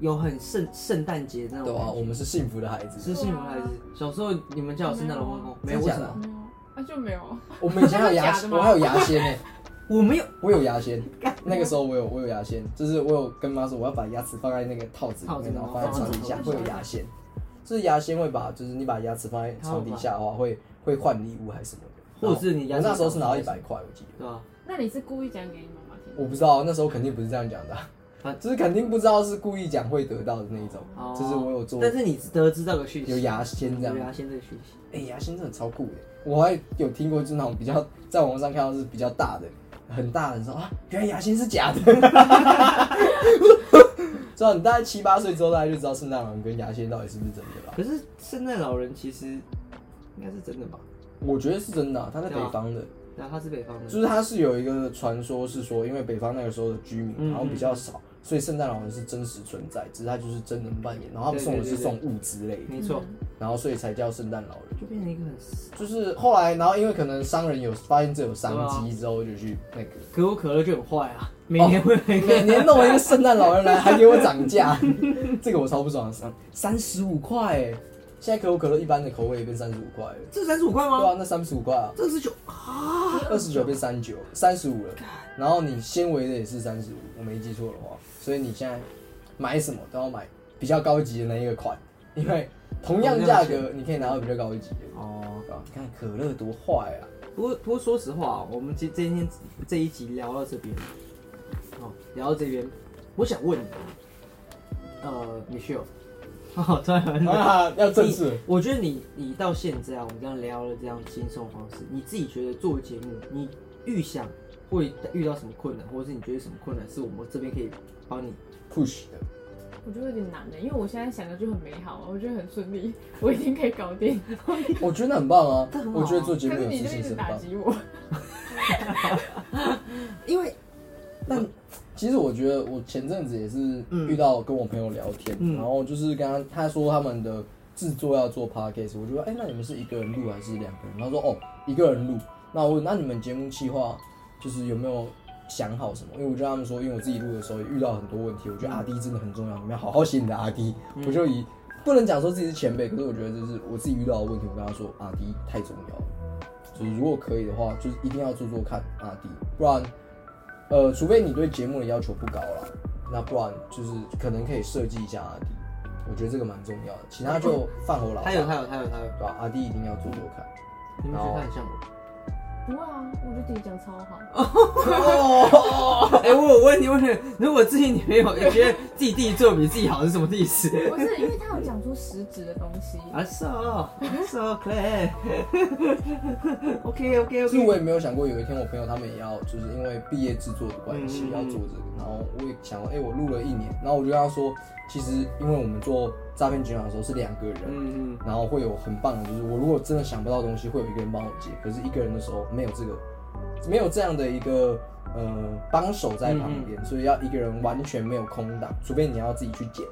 有很圣圣诞节那对种啊，感觉，我们是幸福的孩子。是幸福孩子。小时候你们家有圣诞老公公？没有，真为假什的么？没有，啊就没有。我们以前还有牙真的假的，吗我还有牙仙呢、我没有，我有牙仙。那个时候我有我有牙仙，就是我有跟妈说我要把牙齿放在那个套子里套子面，里然后面放在床底下哦会有牙仙。就是牙仙会把，就是你把牙齿放在床底下的话，会会换礼物还是什么的，或者是你然后牙齿我那时候是拿到一长百块，我记得。对吧？那你是故意讲给你妈妈听的？我不知道，那时候肯定不是这样讲的啊、啊就是肯定不知道是故意讲会得到的那一种，哦就是我有做但是你啊得知到个讯息，有牙仙这样有。牙仙这个讯息。哎、牙仙真的超酷的，我还有听过就是那种比较在网上看到是比较大的，很大的人说啊，原来牙仙是假的。 知道你大概七八岁之后，大家就知道圣诞老人跟牙仙到底是不是真的吧？可是圣诞老人其实应该是真的吧？我觉得是真的啊、他在北对啊方的。然后他是北方的，就是它是有一个传说，是说因为北方那个时候的居民嗯然后比较少，所以圣诞老人是真实存在，只是他就是真人扮演，然后他们送的是送物之类的，没错，然后所以才叫圣诞老人。嗯就变成一个很。就是后来，然后因为可能商人有发现这有啊商机之后，就去那个可口可乐就很坏啊，每年会 每每个 年弄一个 圣诞老人来，还给我涨价，这个我超不爽，三三十五块哎，现在可口可乐一般的口味也变三十五块了。这三十五块对啊吗？，那三十五块啊，这是九啊，二十九变三九，三十五了。然后你纤维的也是三十五，我没记错的话，所以你现在买什么都要买比较高级的那一个款，因为同样价格你可以拿到比较高级的。哦，对啊你看可乐多坏 啊！不过不过说实话，我们今今天这一集聊到这边，哦，聊到这边，我想问你，呃，Michelle，哦，突然有人啊，要正你式。我觉得你你到现在啊，我们这样聊了这样轻松的方式，你自己觉得做节目，你预想会遇到什么困难，或者是你觉得什么困难是我们这边可以帮你？ push 的。嗯我觉得有点难欸的，因为我现在想的就很美好啊，我觉得很顺利， 我一定可以搞定。我觉得很棒啊这很！好啊我觉得做节可目是有你自就一信直是很打棒。击我，因为但其实我觉得我前阵子也是嗯遇到跟我朋友聊天，嗯然后就是跟他他说他们的制作要做 podcast，我就说哎、那你们是一个人录还是两个人？他说哦一个人录。那我问那你们节目计划就是有没有想好什么？因为我就跟他们说，因为我自己录的时候也遇到很多问题，我嗯觉得阿 D 真的很重要，你们要好好写你的阿 D。我就以不能讲说自己是前辈，可是我觉得就是我自己遇到的问题，我跟他说阿 D 太重要了。就是如果可以的话，就是一定要做做看阿迪，不然，呃，除非你对节目的要求不高啦，那不然就是可能可以设计一下阿迪，我觉得这个蛮重要的，其他就饭后老他有他有他有他有，对吧、阿迪一定要做做看。你们觉得他很像我？不会啊，我觉得自己讲超好。 哎、我有问你，问你，如果自己女朋友也觉得自己弟弟做得比自己好是什么意思？ 不是，因为他有讲出实质的东西，啊，so so clear。OK OK 其实 OK。我也没有想过有一天我朋友他们也要，就是因为毕业制作的关系嗯要做这个，然后我也想，哎、我录了一年，然后我就跟他说，其实因为我们做诈骗集团的时候是两个人，嗯嗯，然后会有很棒的，就是我如果真的想不到东西，会有一个人帮我解。可是一个人的时候没有这个，没有这样的一个呃帮手在旁嗯边，所以要一个人完全没有空档，除非你要自己去剪，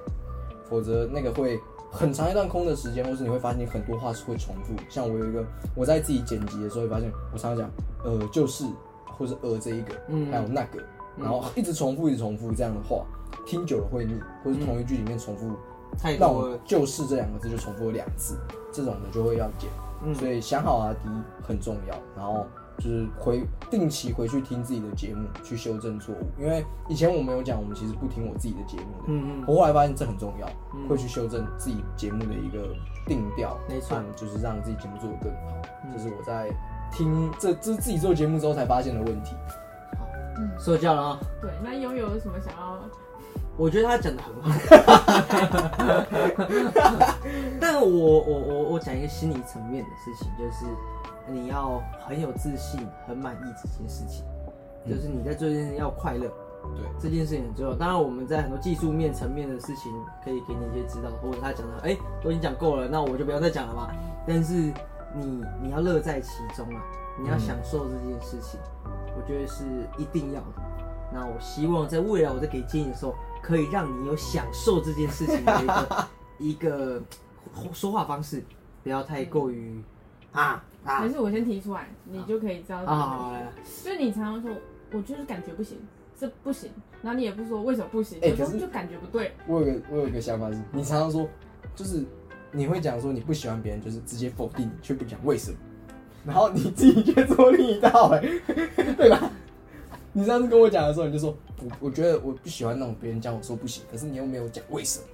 否则那个会很长一段空的时间，或是你会发现你很多话是会重复。像我有一个，我在自己剪辑的时候会发现，我常常讲呃就是或是呃这一个，嗯还有那个，然后一直重复一直重复这样的话，听久了会腻，或嗯是同一句里面重复。太那多我了。就是这两个字就重复了两次，这种的就会要减。嗯所以想好阿迪很重要，然后就是回定期回去听自己的节目，去修正错误。因为以前我没有讲，我们其实不听我自己的节目的。嗯嗯，我后来发现这很重要，会去修正自己节目的一个定调，没错和就是让自己节目做得更好。这是我在听这这是自己做节目之后才发现的问题。受教了啊、对，那悠悠有什么想要？我觉得他讲的很好，但我我我我讲一个心理层面的事情，就是你要很有自信、很满意这件事情，就是你在做这件事情要快乐，对，这件事情很重要。当然，我们在很多技术面层面的事情可以给你一些指导，或者他讲的，哎、都已经讲够了，那我就不要再讲了嘛。但是你你要乐在其中啊，你要享受这件事情，我觉得是一定要的。那我希望在未来我在给建议的时候，可以让你有享受这件事情的一个一个说话方式，不要太过于啊啊还是我先提出来，你就可以知道啊！好来就你常常说，我就是感觉不行，这不行，然后你也不说为什么不行，哎有时候可是就感觉不对，我有个我有一个想法是，你常常说，就是你会讲说你不喜欢别人，就是直接否定你，却不讲为什么，然后你自己却做另一套、哎， 对吧？你上次跟我讲的时候，你就说我我觉得我不喜欢那种别人讲我说不行，可是你又没有讲为什么，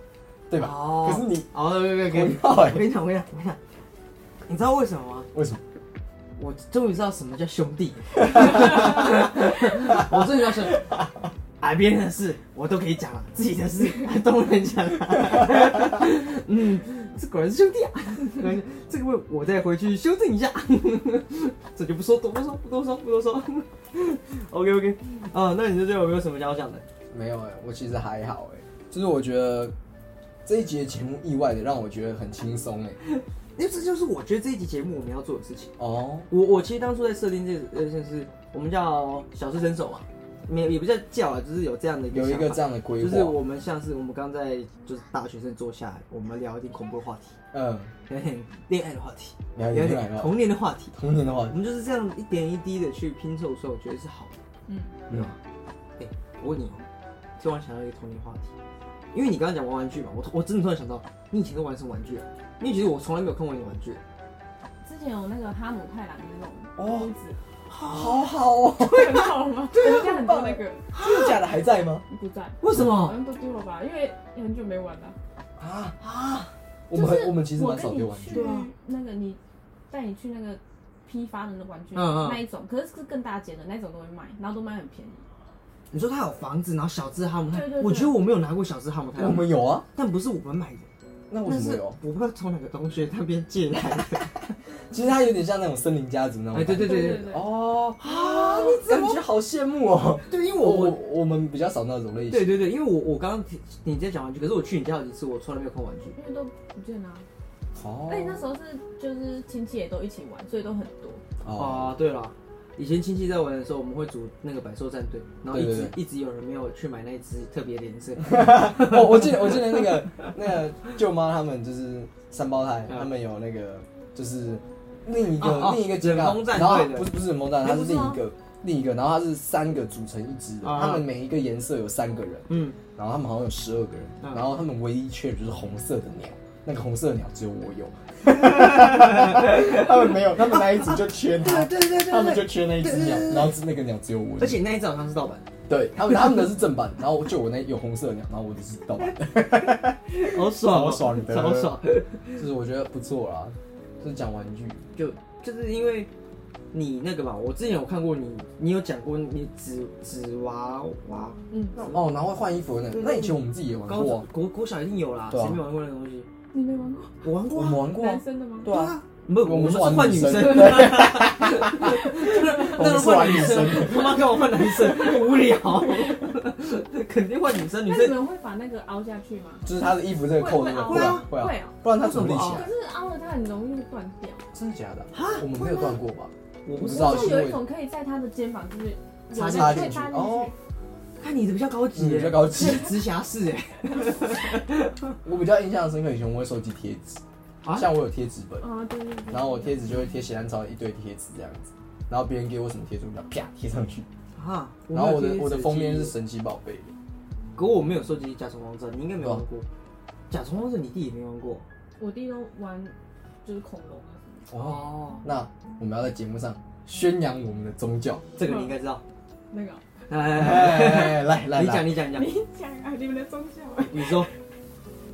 对吧？哦可是你好，对对对， 同套哎、我跟你讲，我跟你讲，我跟你讲，你知道为什么吗？为什么？我终于知道什么叫兄弟，啊我终于知道什么。哎，别人的事我都可以讲了，自己的事还都不能讲了。 嗯，这果然是兄弟啊！这个问我再回去修正一下， 这就不说，多不说，不多说，不多说。OK OK，啊，那你这边有没有什么想要讲的？没有哎、我其实还好哎、就是我觉得这一集的节目意外的让我觉得很轻松哎。因为这就是我觉得这一集节目我们要做的事情。哦，我我其实当初在设定这呃，就是我们叫小试身手嘛，没有也不叫叫啊，就是有这样的有一想个法这样的规就划，是我们像是我们刚在就是大学生坐下来，我们聊一点恐怖的话题， 嗯，聊一点恋爱的话题，聊聊一一点点童年的话题，童年的话我们就是这样一点一滴的去拼凑，所以我觉得是好的。嗯，嗯，哎、我问你哦，突然想到一个童年话题，因为你刚刚讲玩玩具嘛，我我真的突然想到，你以前都玩什么玩具啊？因为其实我从来没有看过你的玩具。之前有那个哈姆太郎的那种哦屋子，好好哦， 会很好吗？ 对啊啊我家很多那个真的假的还在吗？不在，为什好嗯么？像都丢了吧，因为很久没玩了。啊，我就是们很我们其实蛮少跟丢你玩具去的，对啊那个你带你去那个批发的那玩具嗯嗯那一种，可是是更大件的那一种都会卖，然后都卖很便宜。你说他有房子，然后小只哈姆太对对，对我觉得我没有拿过小只哈姆太我，们有啊，但不是我们买的，那为但什么是有？我不知道从哪个同学那边借来 的。其实它有点像那种森林家族那种哎，感觉，对对对对对，哦啊，你怎么感觉好羡慕哦？对，因为我我我我我们比较少那种类型对，对对，因为我我刚刚提你在讲玩具，可是我去你家有几次，我从来没有看玩具。因为都不见了啊。哦而且哎那时候是就是亲戚也都一起玩，所以都很多。哦，哦，对了，以前亲戚在玩的时候，我们会组那个百兽战队，然后一对直对一直有人没有去买那一只特别的 颜色。哦哦我我记得我记得那个 那个舅妈他们就是三胞胎，嗯他们有那个就是另一哦个哦另一个警忍告风战然后队的不是不是忍风战，它哎是不是另吗一个另一个，然后它是三个组成一支的，啊他们每一个颜色有三个人，嗯，然后他们好像有十二个人，嗯然后他们唯一缺的就是红色的鸟，那个红色的鸟只有我有，他们没有，他们那一组就缺它，对对他们就嗯缺那一只鸟，然后那个鸟只有我有，而且那一只好像是盗版的，对他们他们的是正版，然后就我那有红色的鸟，然后我的是盗版的，好爽、哦，超爽的超爽。就是我觉得不错啦，就是讲玩具，就就是因为你那个嘛，我之前有看过你，你有讲过你纸纸娃娃，嗯，哦，然后会换衣服的那，那以前我们自己也玩嗯高过啊中，国国小一定有啦，对啊谁没玩过那个东西？你没玩过我玩我过们啊，玩过啊男，生的吗？对啊，没有，我我们们是是玩换女女生生，我们那是是玩换女女生生，他妈跟我换男生，无聊，肯定换女生，女那你生们会把那个凹下去吗？就是他的衣服这个扣子会会啊啊会啊，会哦。不然他怎么立起可来？是凹了它很容易断掉，真的假的？我们没有断过吧？我不不知知道道，就是有一种可以在它的肩膀就是插进去对插进哦去，看你的比较高级你耶，比较高级你是直辖市哎，我比较印象深刻，以前我会收集贴纸，啊像我有贴纸本，啊对对对。然后我贴纸就会贴写单超一堆贴纸这样子，然后别人给我什么贴纸，我就啪贴上去。啊，然后我的没有我的贴纸封面是，神奇宝贝，可我没有收集甲虫王者，你应该没玩过，甲虫王者你弟也没玩过我弟都玩就是恐龙啊什么的，哦，哦，那我们要在节目上宣扬我们的宗教。这个你应该知道，那个 哎哎哎，来来哎，你讲来，你讲你讲，你讲啊，你们的宗教啊，你说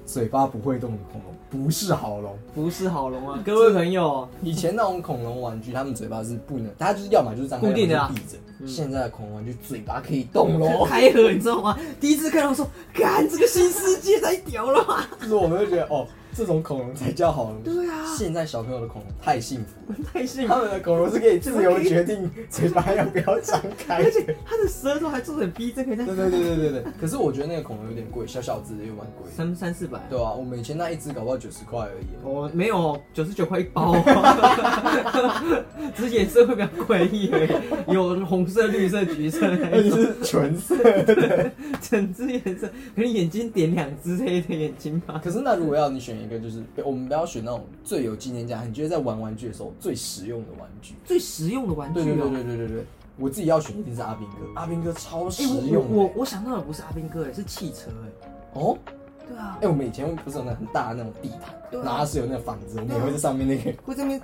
嘴巴不会动的恐龙不是好龙。不是好龙啊，各位朋友，以前那种恐龙玩具，他们嘴巴是不能，它就是要么就是张开，固定的要啊么就是闭着。嗯现在的恐龙玩具嘴巴可以动哦 喽，开盒你知道吗？第一次看到说，看这个新世界太屌了吧，就是我们就觉得哦，这种恐龙才叫好龙。对啊嗯现在小朋友的恐龙太幸福了。太幸福他了，们的狗肉是可以自由决定嘴巴要不要张开而的。且他的舌头还做的很逼真，可以在对对对对对对。可是我觉得那个恐龙有点贵，小小只的又蛮贵的。三三四百，对啊，我们以前那一只搞不好九十块而已。我没有九十九块一 包，只是颜色会比较诡异而已，有红色、绿色、橘色那那一种，是纯色的。整只颜色，可能眼睛点两只黑的眼睛吧。 可是那如果要你选一个，就是我们不要选那种最有纪念价，你觉得在玩玩具的时候最实用的玩具。最实用的玩具对对对哦、对对对对，我自己要选一定是阿兵哥，阿兵哥超实哎、我用我我的。我想到的不是阿兵哥、哎，是汽车、哎，哦，对啊哎、，我们以前不是有那很大的那种地毯，对啊啊然后它是有那个房子，我们也会在上面 那个，会这边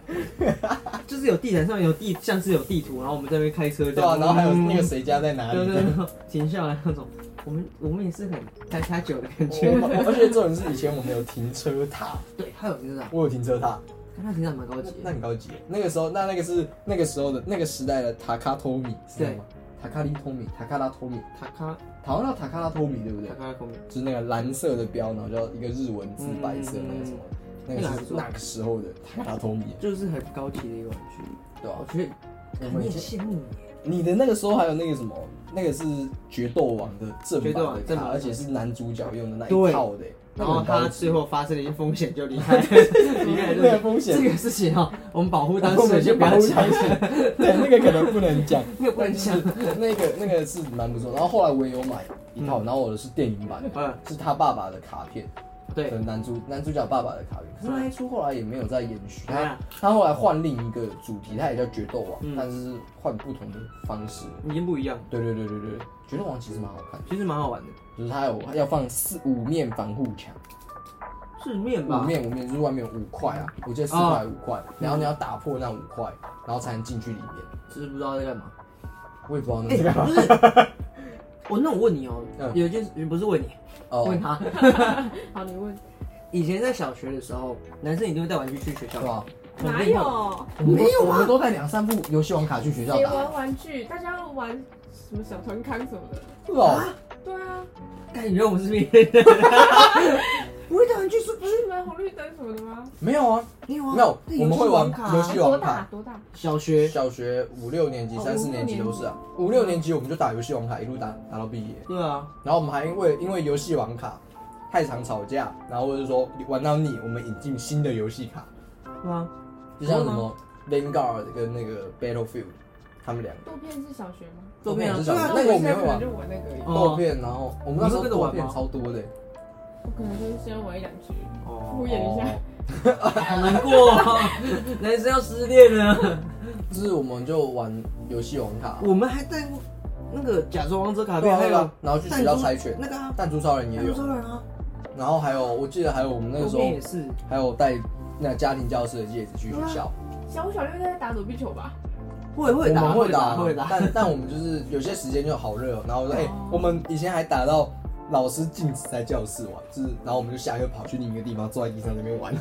就是有地毯上面有地，像是有地图，然后我们这边开车这对样，啊，然后还有那个嗯谁家在哪里，对对对， 停下来那种，我们我们也是很开开酒的感觉。我而且这种是以前我们有停车塔， 对，还有停车场，我有停车塔，看他停车场蛮高级的。那很高级。那个时候，那那个是那个时候的那个时代的塔卡托米，是吗？塔卡利托米，塔卡拉托米，塔卡好像叫塔卡拉托米，对不对塔？卡公园，就是那个蓝色的标，然后叫一个日文字白色那个什么，那嗯那个还个不是错那个时候的塔卡拉托米，就是很高级的一个玩具。对吧我、觉得我肯们以定前羡慕你。你的那个时候还有那个什么，那个是决斗王的正决斗王版的正卡，版而且是男主角用的那一对套的，然后那个很他高级最后发生了一些风险，就离 开了，离开那了这个个。风险这，个事情哈、我们保护当我事们人就先不要保护讲当，对，那个可 能不能讲。没有不能讲。那个那个是蛮不错。然后后来我也有买一套，然后我的是电影版的，嗯是他爸爸的卡片，对的嗯男主男主角爸爸的卡片。可是那一出后来也没有再延续，哎他呀他后来换另一个主题，他也叫决斗王，嗯但是换不同的方式。已经不一样，对对对对对，决斗王其实蛮好看的，其实蛮好玩的。就是他有要放四五面防护墙，是面五吧？面五面就是外面有五块啊，我记得四块五块，然后你要打破那五块，然后才能进去里面。就是不知道在干嘛。我也不知道那哎、是干嘛不是， 我那我问你哦、嗯有一件事不是问你，哦问，他。 好，你问以前在小学的时候，男生一定会带玩具去学校对，吧？哪哦有？没有啊，我啊们都带两三部游戏王卡去学校别打玩，玩具，大家要玩什么小团康什么的。是哦，对啊，但你认为我是病人？不会带玩具是不是玩红绿灯什么的吗？没有啊，没有没有，我们会玩游哎戏多王大卡。多大？小学小学五六年级、哦三四年级都是啊，五六年级我们就打游戏王卡，一路打打到毕业。对啊，然后我们还因为因为游戏王卡太常吵架，然后或者说玩到腻，我们引进新的游戏卡，对啊，就像什么 Vanguard 跟那个 Battlefield，他们两个豆片是小学吗？都没我有们也是小学对啊呃那个我没现在有可能玩就玩那个而已，哦豆片，然后我们那时候你们都跟着玩豆吗片超多的欸，我可能就是先玩一两局，敷哦，衍一下。好难过、哦，男生要失恋了。就是我们就玩游戏王卡，我们还带过那个假装王者卡对片，啊还对有啊，然后去学校猜拳，那个啊，弹珠超人也有有，说人啊，然后还有我记得还有我们那个时周边也候是，还有带那个家庭教师的戒指去学校。小五小六在打躲避球吧？会会我打们会打，啊会打，但但我们就是有些时间就好热哦，然后我说，哎、哦我们以前还打到老师禁止在教室玩，就是，然后我们就下课跑去另一个地方坐在地上那边玩。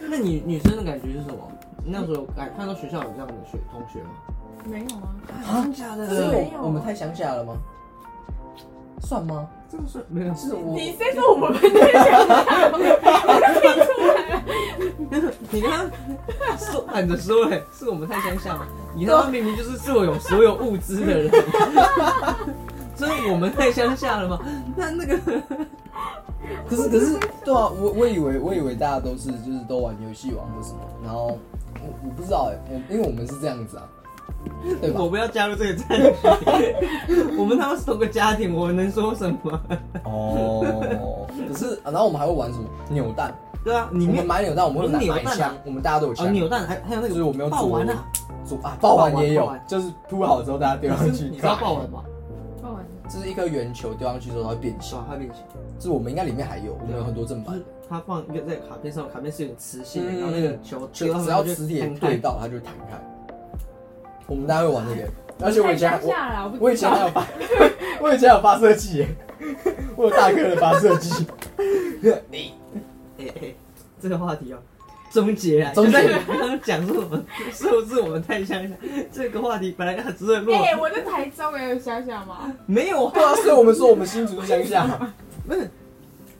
那你女生的感觉是什么？你那时候哎，看到学校有这样的学同学吗？没有啊，真假的是没有我们太乡下了吗？算吗？真的是没有。是我你先说我们班在想象，我出来了。你看，说喊着说，哎，是我们太乡下了。你他妈明明就是坐有所有物资的 人，所以我们太乡下了嘛。那那个，可是可是，对啊，我我以为我以为大家都是就是都玩游戏王或什么，然后我我不知道哎、我因为我们是这样子啊，对吧我？不要加入这个战局。我们他妈是同个家庭，我能说什么？哦，可是、啊然后我们还会玩什么扭蛋，对啊，我你们们买扭蛋，我们你会扭买蛋啊枪，我们大家都有哦，枪。扭蛋还还有那个，就是我没有爆煮丸啊，煮啊，爆丸爆丸也有爆丸，就是铺好之后大家丢上去，你知道爆丸吗？爆完了，就是一颗圆球丢上去之后它会变形。小它变形，就是我们应该里面还有，我们有很多正就版是，它放一个在卡片上，卡片是有点磁性的，嗯然后那个球就丢到只要它就磁铁弹开对到它就会弹开。我们大家会玩那个，而且我太以前还乡下了，我我我以前还有发，我以前还有发射器耶，我有大哥的发射器。你哎、哎， 这个话题哦，终结啊！终结就在你刚刚讲说我们是不是我们太乡下？这个话题本来要只会落， 哎，我在台中哎，有乡下吗？啊没有啊，对啊，所以我们说我们新竹乡下，不是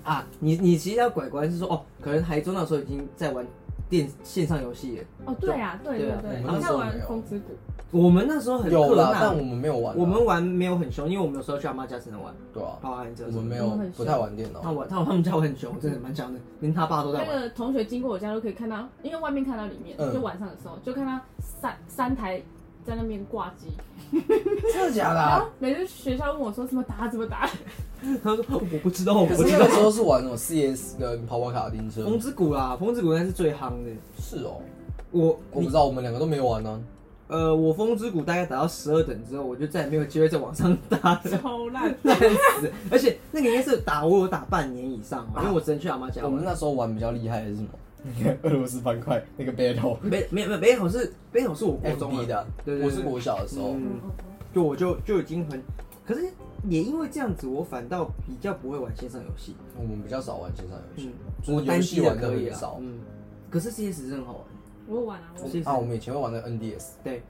啊，你你其实要拐拐是说哦，可能台中那时候已经在玩电线上游戏了。哦，对啊，对对对啊对，我们好那时像候玩没有风之谷，我们那时候很有困啦，但难，我们没有玩啊。我们玩没有很凶，因为我们有时候去阿妈家只能玩，对啊，包含这我个。们没有我们很不太玩电脑他。玩他他们家玩很凶，真的蛮强的，连他爸都在那玩。个同学经过我家都可以看到，因为外面看到里面，嗯就晚上的时候就看到三三台在那边挂机，真的假的然啊后？每次学校问我说怎么打怎么打，他说哦我不知道，我可不是啊那知道个。时候是玩那种 CS 跟跑跑卡丁车。风之谷啦，风之谷那是最夯的。是哦，我我不知道，我们两个都没有玩啊呢、呃，我风之谷大概打到十二等之后，我就再也没有机会再往上打 了，超烂。烂死！而且那个应该是打我有打半年以上、哦，因为我只能去阿妈家我们玩。那时候玩比较厉害的是什么？俄罗斯方块那个 battle 没没没没有是没有是我国中 FB 的，的，对对对我是国小的时候，嗯嗯嗯嗯就我就就已经很，可是也因为这样子，我反倒比较不会玩线上游戏，我们比较少玩线上游戏嗯，就是游单戏机玩的的可以很啊少。。嗯，可是 CS 真的很好玩我有玩啊，我有玩，CS 啊，我们以前会玩的 NDS、对，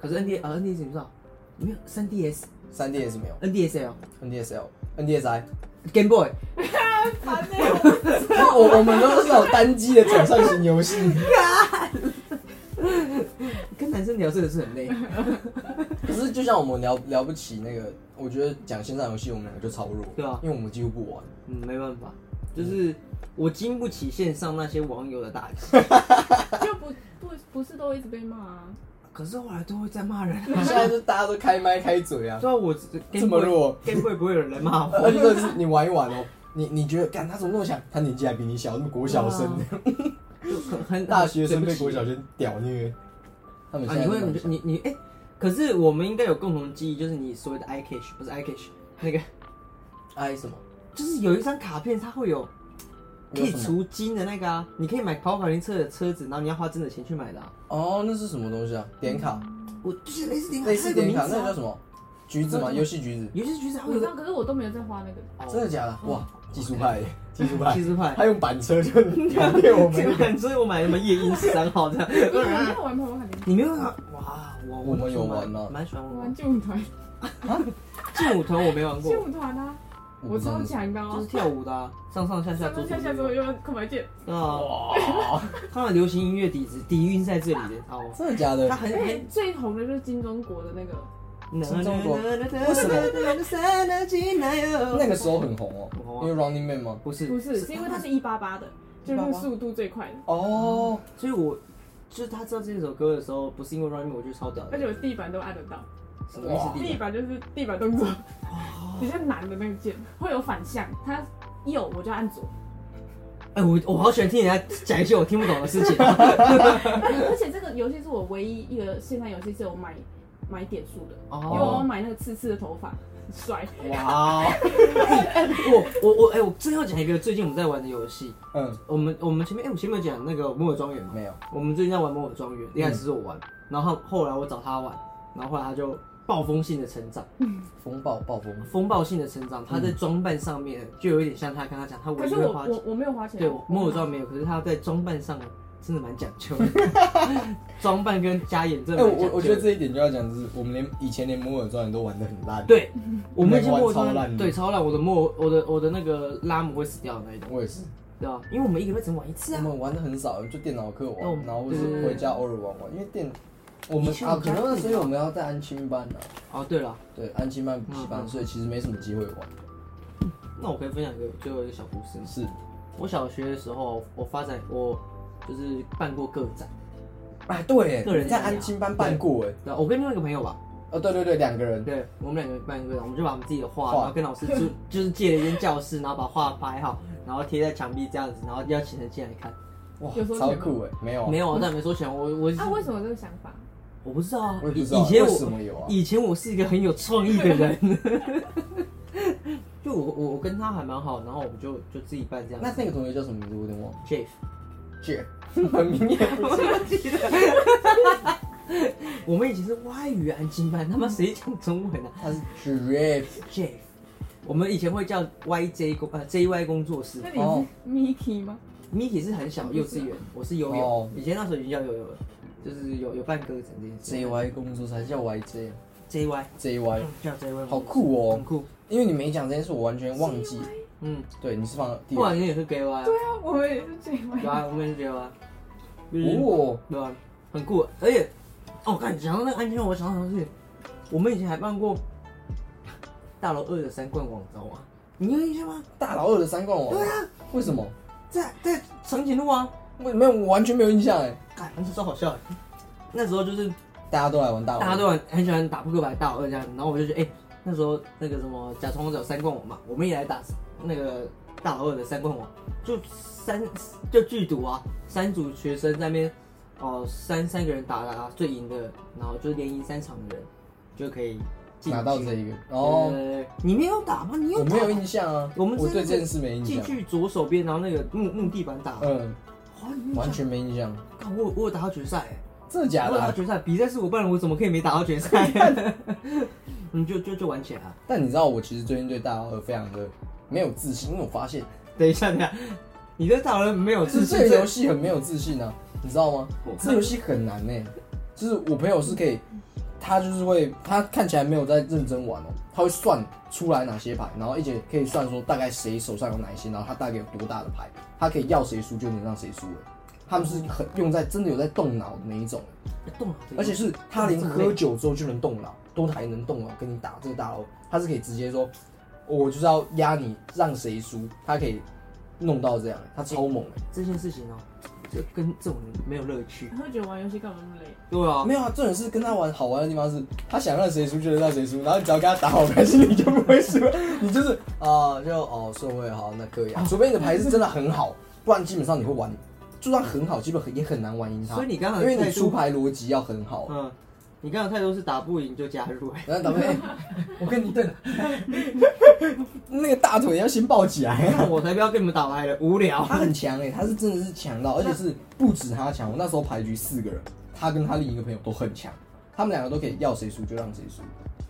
可是 ND 啊 NDS 你知道没有 3DS、 3DS 没有 NDSL、 ，NDSL、NDSI， Game Boy，烦欸我啊我我们都是有单机的掌上型游 戏。跟男生聊这个是很累。可是就像我们聊聊不起那个，我觉得讲线上游戏我们两个就超弱，对啊因为我们几乎不玩。嗯，没办法，就是我经不起线上那些网友的打击。就不不不是都一直被骂啊？可是后来都会在骂人、啊，现在就大家都开麦开嘴啊，对啊，我这么弱， ，Game Boy 不会有人来骂而我。且真的是你玩一玩哦，你你觉得，干他怎么那么强？他年纪还比你小，那么国小生，啊就很很大学生被对不国起小生屌虐。他们啊，现在你会都蛮你你哎、可是我们应该有共同记忆，就是你所谓的 i cash 不是 i cash 那个，哎什么？就是有一张卡片，它会有可有以什么除金的那个啊，你可以买跑跑卡丁车的车子，然后你要花真的钱去买的、啊。哦，那是什么东西啊？点卡，我就是类似点卡，类似点卡，嗯它那有个叫个名字啊什么？橘子那吗？个哦游戏橘子？游戏橘子还啊我会有知个道，可是我都没有在花那个。真的假的？哇，技术派耶，技术派 技，术派。他用板车就秒灭我们这。 个，所以我买什么夜莺十三号这样。因为啊我没有玩跑跑卡丁车，你没有玩过哇？我我们有玩啊蛮蛮喜欢我玩玩。劲舞团，劲舞团我没玩劲过，舞团啊，我我不知道超那是强的就哦是。跳舞的啊，上上下下上左上左下下右左右。右空白键，啊，哇，他的流行音乐底子底蕴在这里的哦。真的假的他？很而且很哎最红的就是金钟国的那个，是中国为什么那个时候很红很红哦啊，因为 Running Man 吗？不是不是，是因为它是一八八的，就是速度最快的。哦，所以我就是他知道这首歌的时候，不是因为 Running Man，我觉得超屌的而且。我地板都按得到，什么意思？地板就是地板动作， 比较难的那个键会有反向，它右我就按左，哎，我我好喜欢听人家讲一些我听不懂的事情。而且这个游戏是我唯一一个线上游戏是有买买点数的，因为我要哦，买那个刺刺的头发很帅，哇哦！哎，我我我哎，我最后讲一个最近我们在玩的游戏。 嗯，我们我们前面哎，我前面有讲那个《摩尔庄园》嘛，没有，我们最近在玩《摩尔庄园》，一开始是我玩，然后后来我找他玩，然后后来他就暴风性的成长。风暴暴风，风暴性的成长，他在装扮上面就有一点像他跟他讲，他可唯一是会我花我啊钱。我没有花钱，对，木偶照没有，可是他在装扮上真的蛮讲究的， 装扮跟加演真哎，的我蛮讲我究的。我觉得这一点就要讲，就是我们连以前连摩尔庄园都玩的很烂。， 对，我们以前木偶玩超烂装的对超烂，我的木偶我的我的那个拉姆会死掉的那一种，我也是，对吧？因为我们一个月只能玩一次我啊。哦们玩的很少，就电脑课那我玩，们然后或是回家偶尔玩玩，因为电我们以前啊我，可家能那时候我们要在安亲班呢，哦，对了，对，安亲班补习嗯班，嗯所以其实没什么机会玩。那我可以分享一个最后一个小故事吗？是，我小学的时候，我发展我就是办过个展，哎，对，个人啊在怎么样安亲班办过哎，对吧，我跟另外一个朋友吧，哦，对对对，两个人，对我们两个办一个，我们就把我们自己的画，画然后跟老 师就就是借了一间教室，然后把画摆好，然后贴在墙壁这样子，然后邀请人进来看。哇有收，钱超吗酷哎，没有啊没，有啊，但没收钱。我我啊，为什么有这个想法？我不知道啊我也，不以知道以前为什我么有啊，以前我是一个很有创意的人， 就我我我跟他还蛮好，然后我们就就自己办这样子。那那个同学叫什么名字？我有点忘了 Jeff， ，Jeff，很 明显不是。我们以前是外语啊安静班，他妈谁讲中文啊他是 Jeff， ？Jeff，我们以前会叫 YJ 工呃 JY 工作室那。你哦是 Mickey 吗？ Miki 是很小幼稚园，我是游泳，哦以前那时候已经叫游泳了，就是有有办歌展这件事。 JY 工作才叫 YJ，JY JY 哦叫 JY，哎好酷哦很酷。因为你没讲这件事，我完全忘记。嗯，对，你是放第过二两天也是 JY，啊对啊，我们也是这对样。啊，我们也是 JY，就是哦，对啊，很酷。而且，哦，看讲到那个安全帽，我想到什么事？我们以前还办过大楼二的三冠王，你知道吗？你有印象吗？大佬二的三冠王。对啊，为什么？在在长颈鹿啊，为没有，我完全没有印象哎。哎，那时候超好笑的。那时候就是大家都来玩大佬，大家都很很喜欢打扑克牌大老二这样，然后我就觉得，哎、那时候那个什么假装我有三冠王嘛，我们也来打那个大老二的三冠王，就三就剧毒啊，三组学生在那边哦、三三个人打打打最赢的，然后就连赢三场的人就可以进拿到去这一个。对哦，对对对你没有打吗？你有我打吗没有印象啊，我们我在那对个这件事没印进象，去左手边，然后那个木木地板打，嗯，哇你没有完打全没印象。干我有我有打到决赛、哎真的假我的有打到啊？决赛，比赛是我办的，我怎么可以没打到决赛？ 你嗯就就就玩起来啊！但你知道我其实最近对大佬二非常的没有自信，因为我发现等一下，等一下，你对大人没有嗯自是信这个这游戏很没有自信啊，你知道吗？这游戏很难呢、就是我朋友是可以，他就是会，他看起来没有在认真玩哦、他会算出来哪些牌，然后而且可以算说大概谁手上有哪一些，然后他大概有多大的牌，他可以要谁输就能让谁输了。他们是很用在真的有在动脑的那一种，动啊脑的游戏，而且是他连喝酒之后就能动脑，都还能动脑跟你打这个大佬，他是可以直接说，哦我就是要压你，让谁输，他可以弄到这样、他超猛的、这件事情哦，就跟这种人没有乐趣。你会觉得玩游戏干嘛那么累？对啊，没有啊，重点是跟他玩好玩的地方是，他想让谁输就让谁输，然后你只要跟他打好关系，你就不会输，你就是啊、就哦顺位好那可以哦啊，除非你的牌是真的很好，不然基本上你会玩，就算很好，基本很也很难玩赢他。所以你刚才因为你态度出牌逻辑要很好，嗯，你刚刚态度是打不赢就加入、 哎，然后打配，我跟你对 了，那个大腿要先抱起来。我才不要跟你们打牌了，无聊。他很强哎、他是真的是强到，而且是不止他强。我那时候牌局四个人，他跟他另一个朋友都很强，他们两个都可以要谁输就让谁输，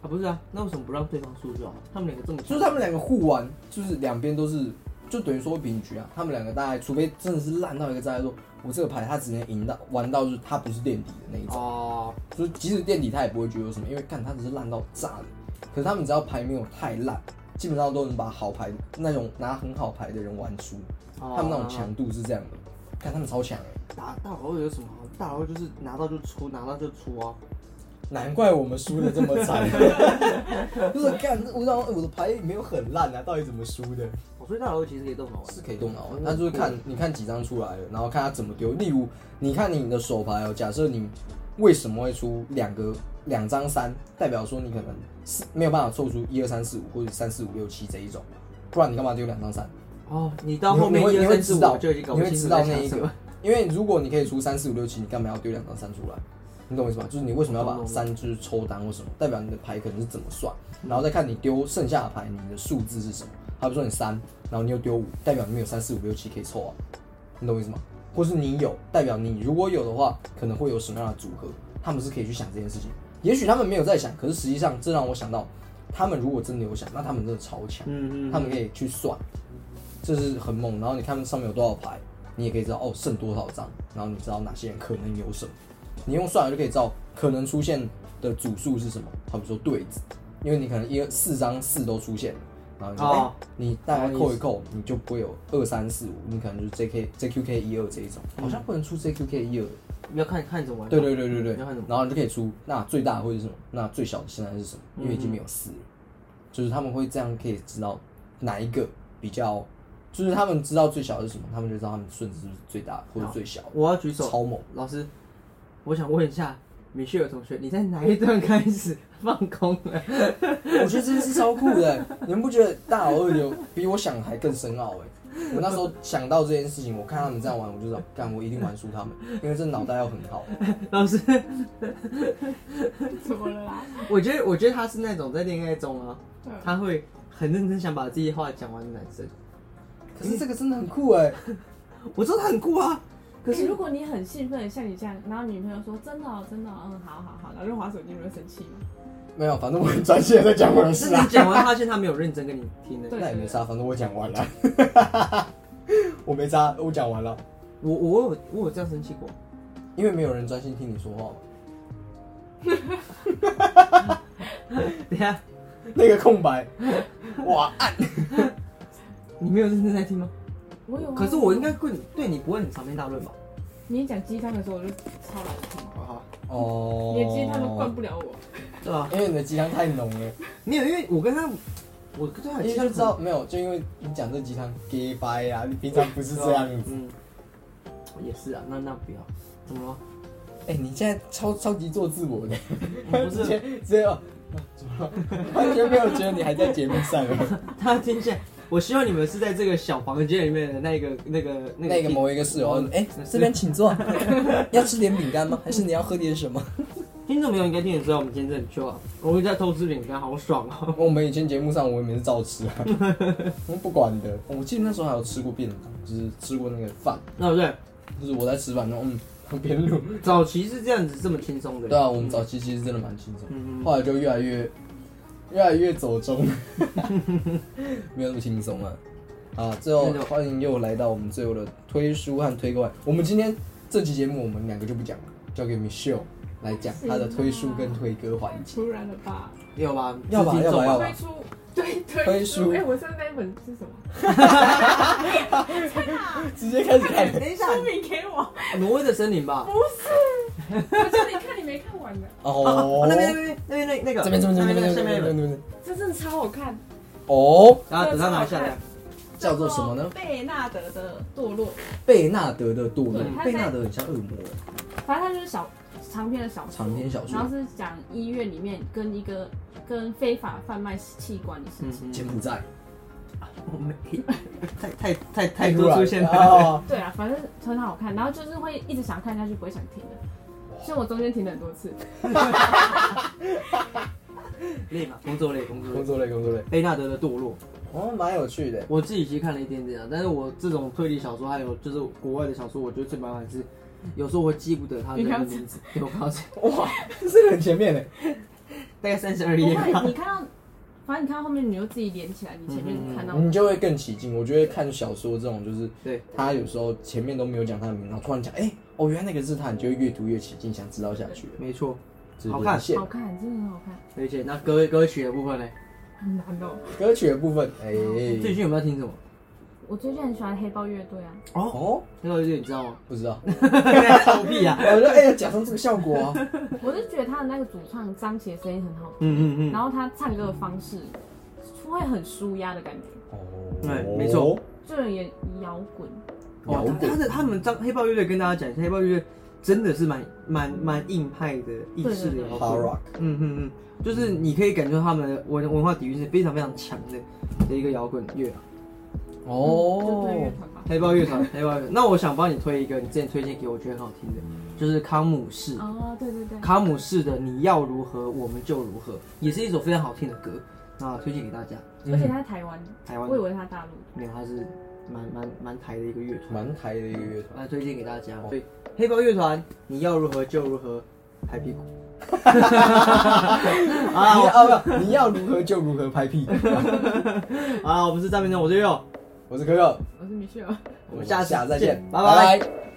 啊，不是啊，那为什么不让对方输就好？他们两个这么就是他们两个互玩，就是两边都是，就等于说平局啊。他们两个大概，除非真的是烂到一个炸说，我这个牌他只能赢到玩到就是他不是垫底的那一种，哦，就是即使垫底他也不会觉得有什么，因为干他只是烂到炸了。可是他们只要牌没有太烂，基本上都能把好牌那种拿很好牌的人玩出。他他们那种强度是这样的，哦看他们超强哎、打大佬有什么好？大佬就是拿到就出，拿到就出啊。难怪我们输的这么 惨，就是干，我让我的牌没有很烂啊，到底怎么输的？哦所以大佬其实也动脑玩是可以动脑的，他就是看你看几张出来了，然后看他怎么丢。例如，你看你的手牌哦，假设你为什么会出两个两张三，代表说你可能是没有办法凑出一二三四五或者三四五六七这一种，不然你干嘛丢两张三？哦，你到后面你会一你二会三四知五道，就已经搞不你会清楚知在道那想一什个么。，因为如果你可以出三四五六七，你干嘛要丢两张三出来？你懂我意思吗？就是你为什么要懂把懂懂三就是抽单或什么，代表你的牌可能是怎么算，然后再看你丢剩下的牌，你的数字是什么。好比说你三，然后你又丢五，代表你没有三四五六七可以凑啊，你懂我意思吗？或是你有，代表你如果有的话，可能会有什么样的组合，他们是可以去想这件事情。也许他们没有在想，可是实际上这让我想到，他们如果真的有想，那他们真的超强。嗯他们可以去算，这是很猛。然后你看上面有多少牌，你也可以知道哦剩多少张，然后你知道哪些人可能有什么，你用算了就可以知道可能出现的组数是什么。好比说对子，因为你可能一二四张四都出现了，然后你就、哦哎你大概扣一扣，你就不会有二三四五，你可能就是 JK JQK 一二这一种，好像不能出 JQK 一二。你要看看怎么玩。对对对对对你要看怎么玩。然后你就可以出那最大的会是什么，那最小的现在是什么，因为已经没有四了，就是他们会这样可以知道哪一个比较，就是他们知道最小的是什么，他们就知道他们顺子是最大的或者最小的，我要举手。超猛。老师，我想问一下，米歇尔同学，你在哪一段开始放空了？我觉得这是超酷的，欸你们不觉得大佬二流比我想的还更深奥哎？我那时候想到这件事情，我看他们这样玩，我就知道，干我一定玩输他们，因为这脑袋要很好。 老师，怎么了啦？我觉得，我觉得他是那种在恋爱中啊，嗯他会很认真想把自己话讲完的男生。可是这个真的很酷哎，我知道他很酷啊，可可是是哎如果你很兴奋的像你这样，然后女朋友说真的哦真的哦，嗯好好好，然后就滑手机，你会生气吗？没有，反正我很专心的在讲我的是事你啊。讲完发现他没有认真跟你听的。 对那也没差，反正我讲完了， 我没差，我讲完了，我我我有我有这样生气过，因为没有人专心听你说话嘛，等一下那个空白，哇，暗你没有认真在听吗？我有啊，啊可是我应该会对你不会很长篇大论吧？你一讲鸡汤的时候，我就超难听，好啊好，哦，你的鸡汤都灌不了我。对啊，因为你的鸡汤太浓了，没有，因为我跟他，我跟他因很为像就知道没有，就因为你讲这鸡汤 gay 掰啊，你平常不是是这样子。嗯，也是啊，那那不要，怎么了？哎、你现在超超级做自我的， 不直是接直接哦，怎么了？完全没有觉得你还在节目上了。他听起来，我希望你们是在这个小房间里面的那个那个那个那个某一个室友，哎、这边请坐，要吃点饼干吗？还是你要喝点什么？听众朋友应该听得出来，我们今天真的很 chill 啊，我们在偷吃饼干，好爽啊！ 我们以前节目上我也没是照吃 啊，我不管的。我记得那时候还有吃过便当，就是吃过那个饭，那对，就是我在吃饭，然后嗯 边录。早期是这样子这么轻松的，对啊，我们早期其实真的蛮轻松，嗯，嗯嗯，后来就越来越越来越走 中，没有那么轻松啊。啊，最后那就欢迎又来到我们最后的推书和推怪。我们今天这期节目我们两个就不讲了，交给 Michelle 来讲她的推书跟推歌环节。突然了吧？要吧，要吧是听众要吧要吧推出对推推出出，哎，我上次那一本是什么？直接开始看， 等一下，书名给我，挪威的森林吧，我叫你看，你没看完的， 哦，啊那边那边那边那那个这边这边这边那这边个下面那这边这个，边这真的超好看。哦。然后等他拿下来，叫做什么呢？哦贝纳德的堕落，贝纳德的堕落对他，在贝纳德很像恶魔，反正它就是小长篇的小说，长篇小说然后是讲医院里面跟一个跟非法贩卖器官的事嗯情。柬埔寨我没太太太太多出现了，哦啊，对啊，反正很好看，然后就是会一直想看下去，不会想停的。像我中间停了很多 次，累嘛，工作累，工作工累。作类工作类，贝纳德的堕落，哦，蛮有趣的，我自己其实看了一点点啊，但是我这种推理小说还有就是国外的小说，我觉得最麻烦是，有时候我记不得他的你看名字，对我看到这哇， 这个很前面的，欸大概三十二不页吧，会，你看到，反正你看到后面，你就自己连起来，你前面看到，你就会更起劲。我觉得看小说这种，就是对他有时候前面都没有讲他的名，然后突然讲，哎、哦，原来那个是他，你就会越读越起劲，想知道下去了。没错。这是好看连线好看，真的很好看，而且那歌歌曲的部分呢，很难哦。歌曲的部分，哎、最近有没有听什么？我最近很喜欢黑豹乐队啊，哦，那个乐你知道 吗？不知道，哦臭屁啊！我说哎呀，假装这个效果啊，我就觉得他的那个主唱张杰声音很好听，嗯嗯嗯，然后他唱歌的方式会很舒压的感觉，哦， 对没错，就有点摇滚。摇哦，他他滚，的他们张黑豹乐队跟大家讲一下，黑豹乐队真的是蛮蛮蛮硬派的意式的摇 hard 滚， rock，嗯嗯嗯，就是你可以感觉他们的文文化底蕴是非常非常强的的一个摇滚乐啊。就对乐哦，团吧。黑豹乐团，黑豹乐团。那我想帮你推一个，你之前推荐给我，我觉得很好听的，就是康姆士。哦，对对对，康姆士的《你要如何，我们就如何》，也是一首非常好听的歌，那推荐给大家。嗯而且他在台湾，台湾我以为他大陆。没有，它是蛮蛮蛮台的一个乐团，蛮台的一个乐团，来推荐给大家。对，黑豹乐团，你要如何就如何，拍屁股。啊，你啊不，你要如何就如何拍屁，啊，我们是张明忠，我是佑佑， 我是可可，我是米歇尔。我们下次啊再见，拜拜拜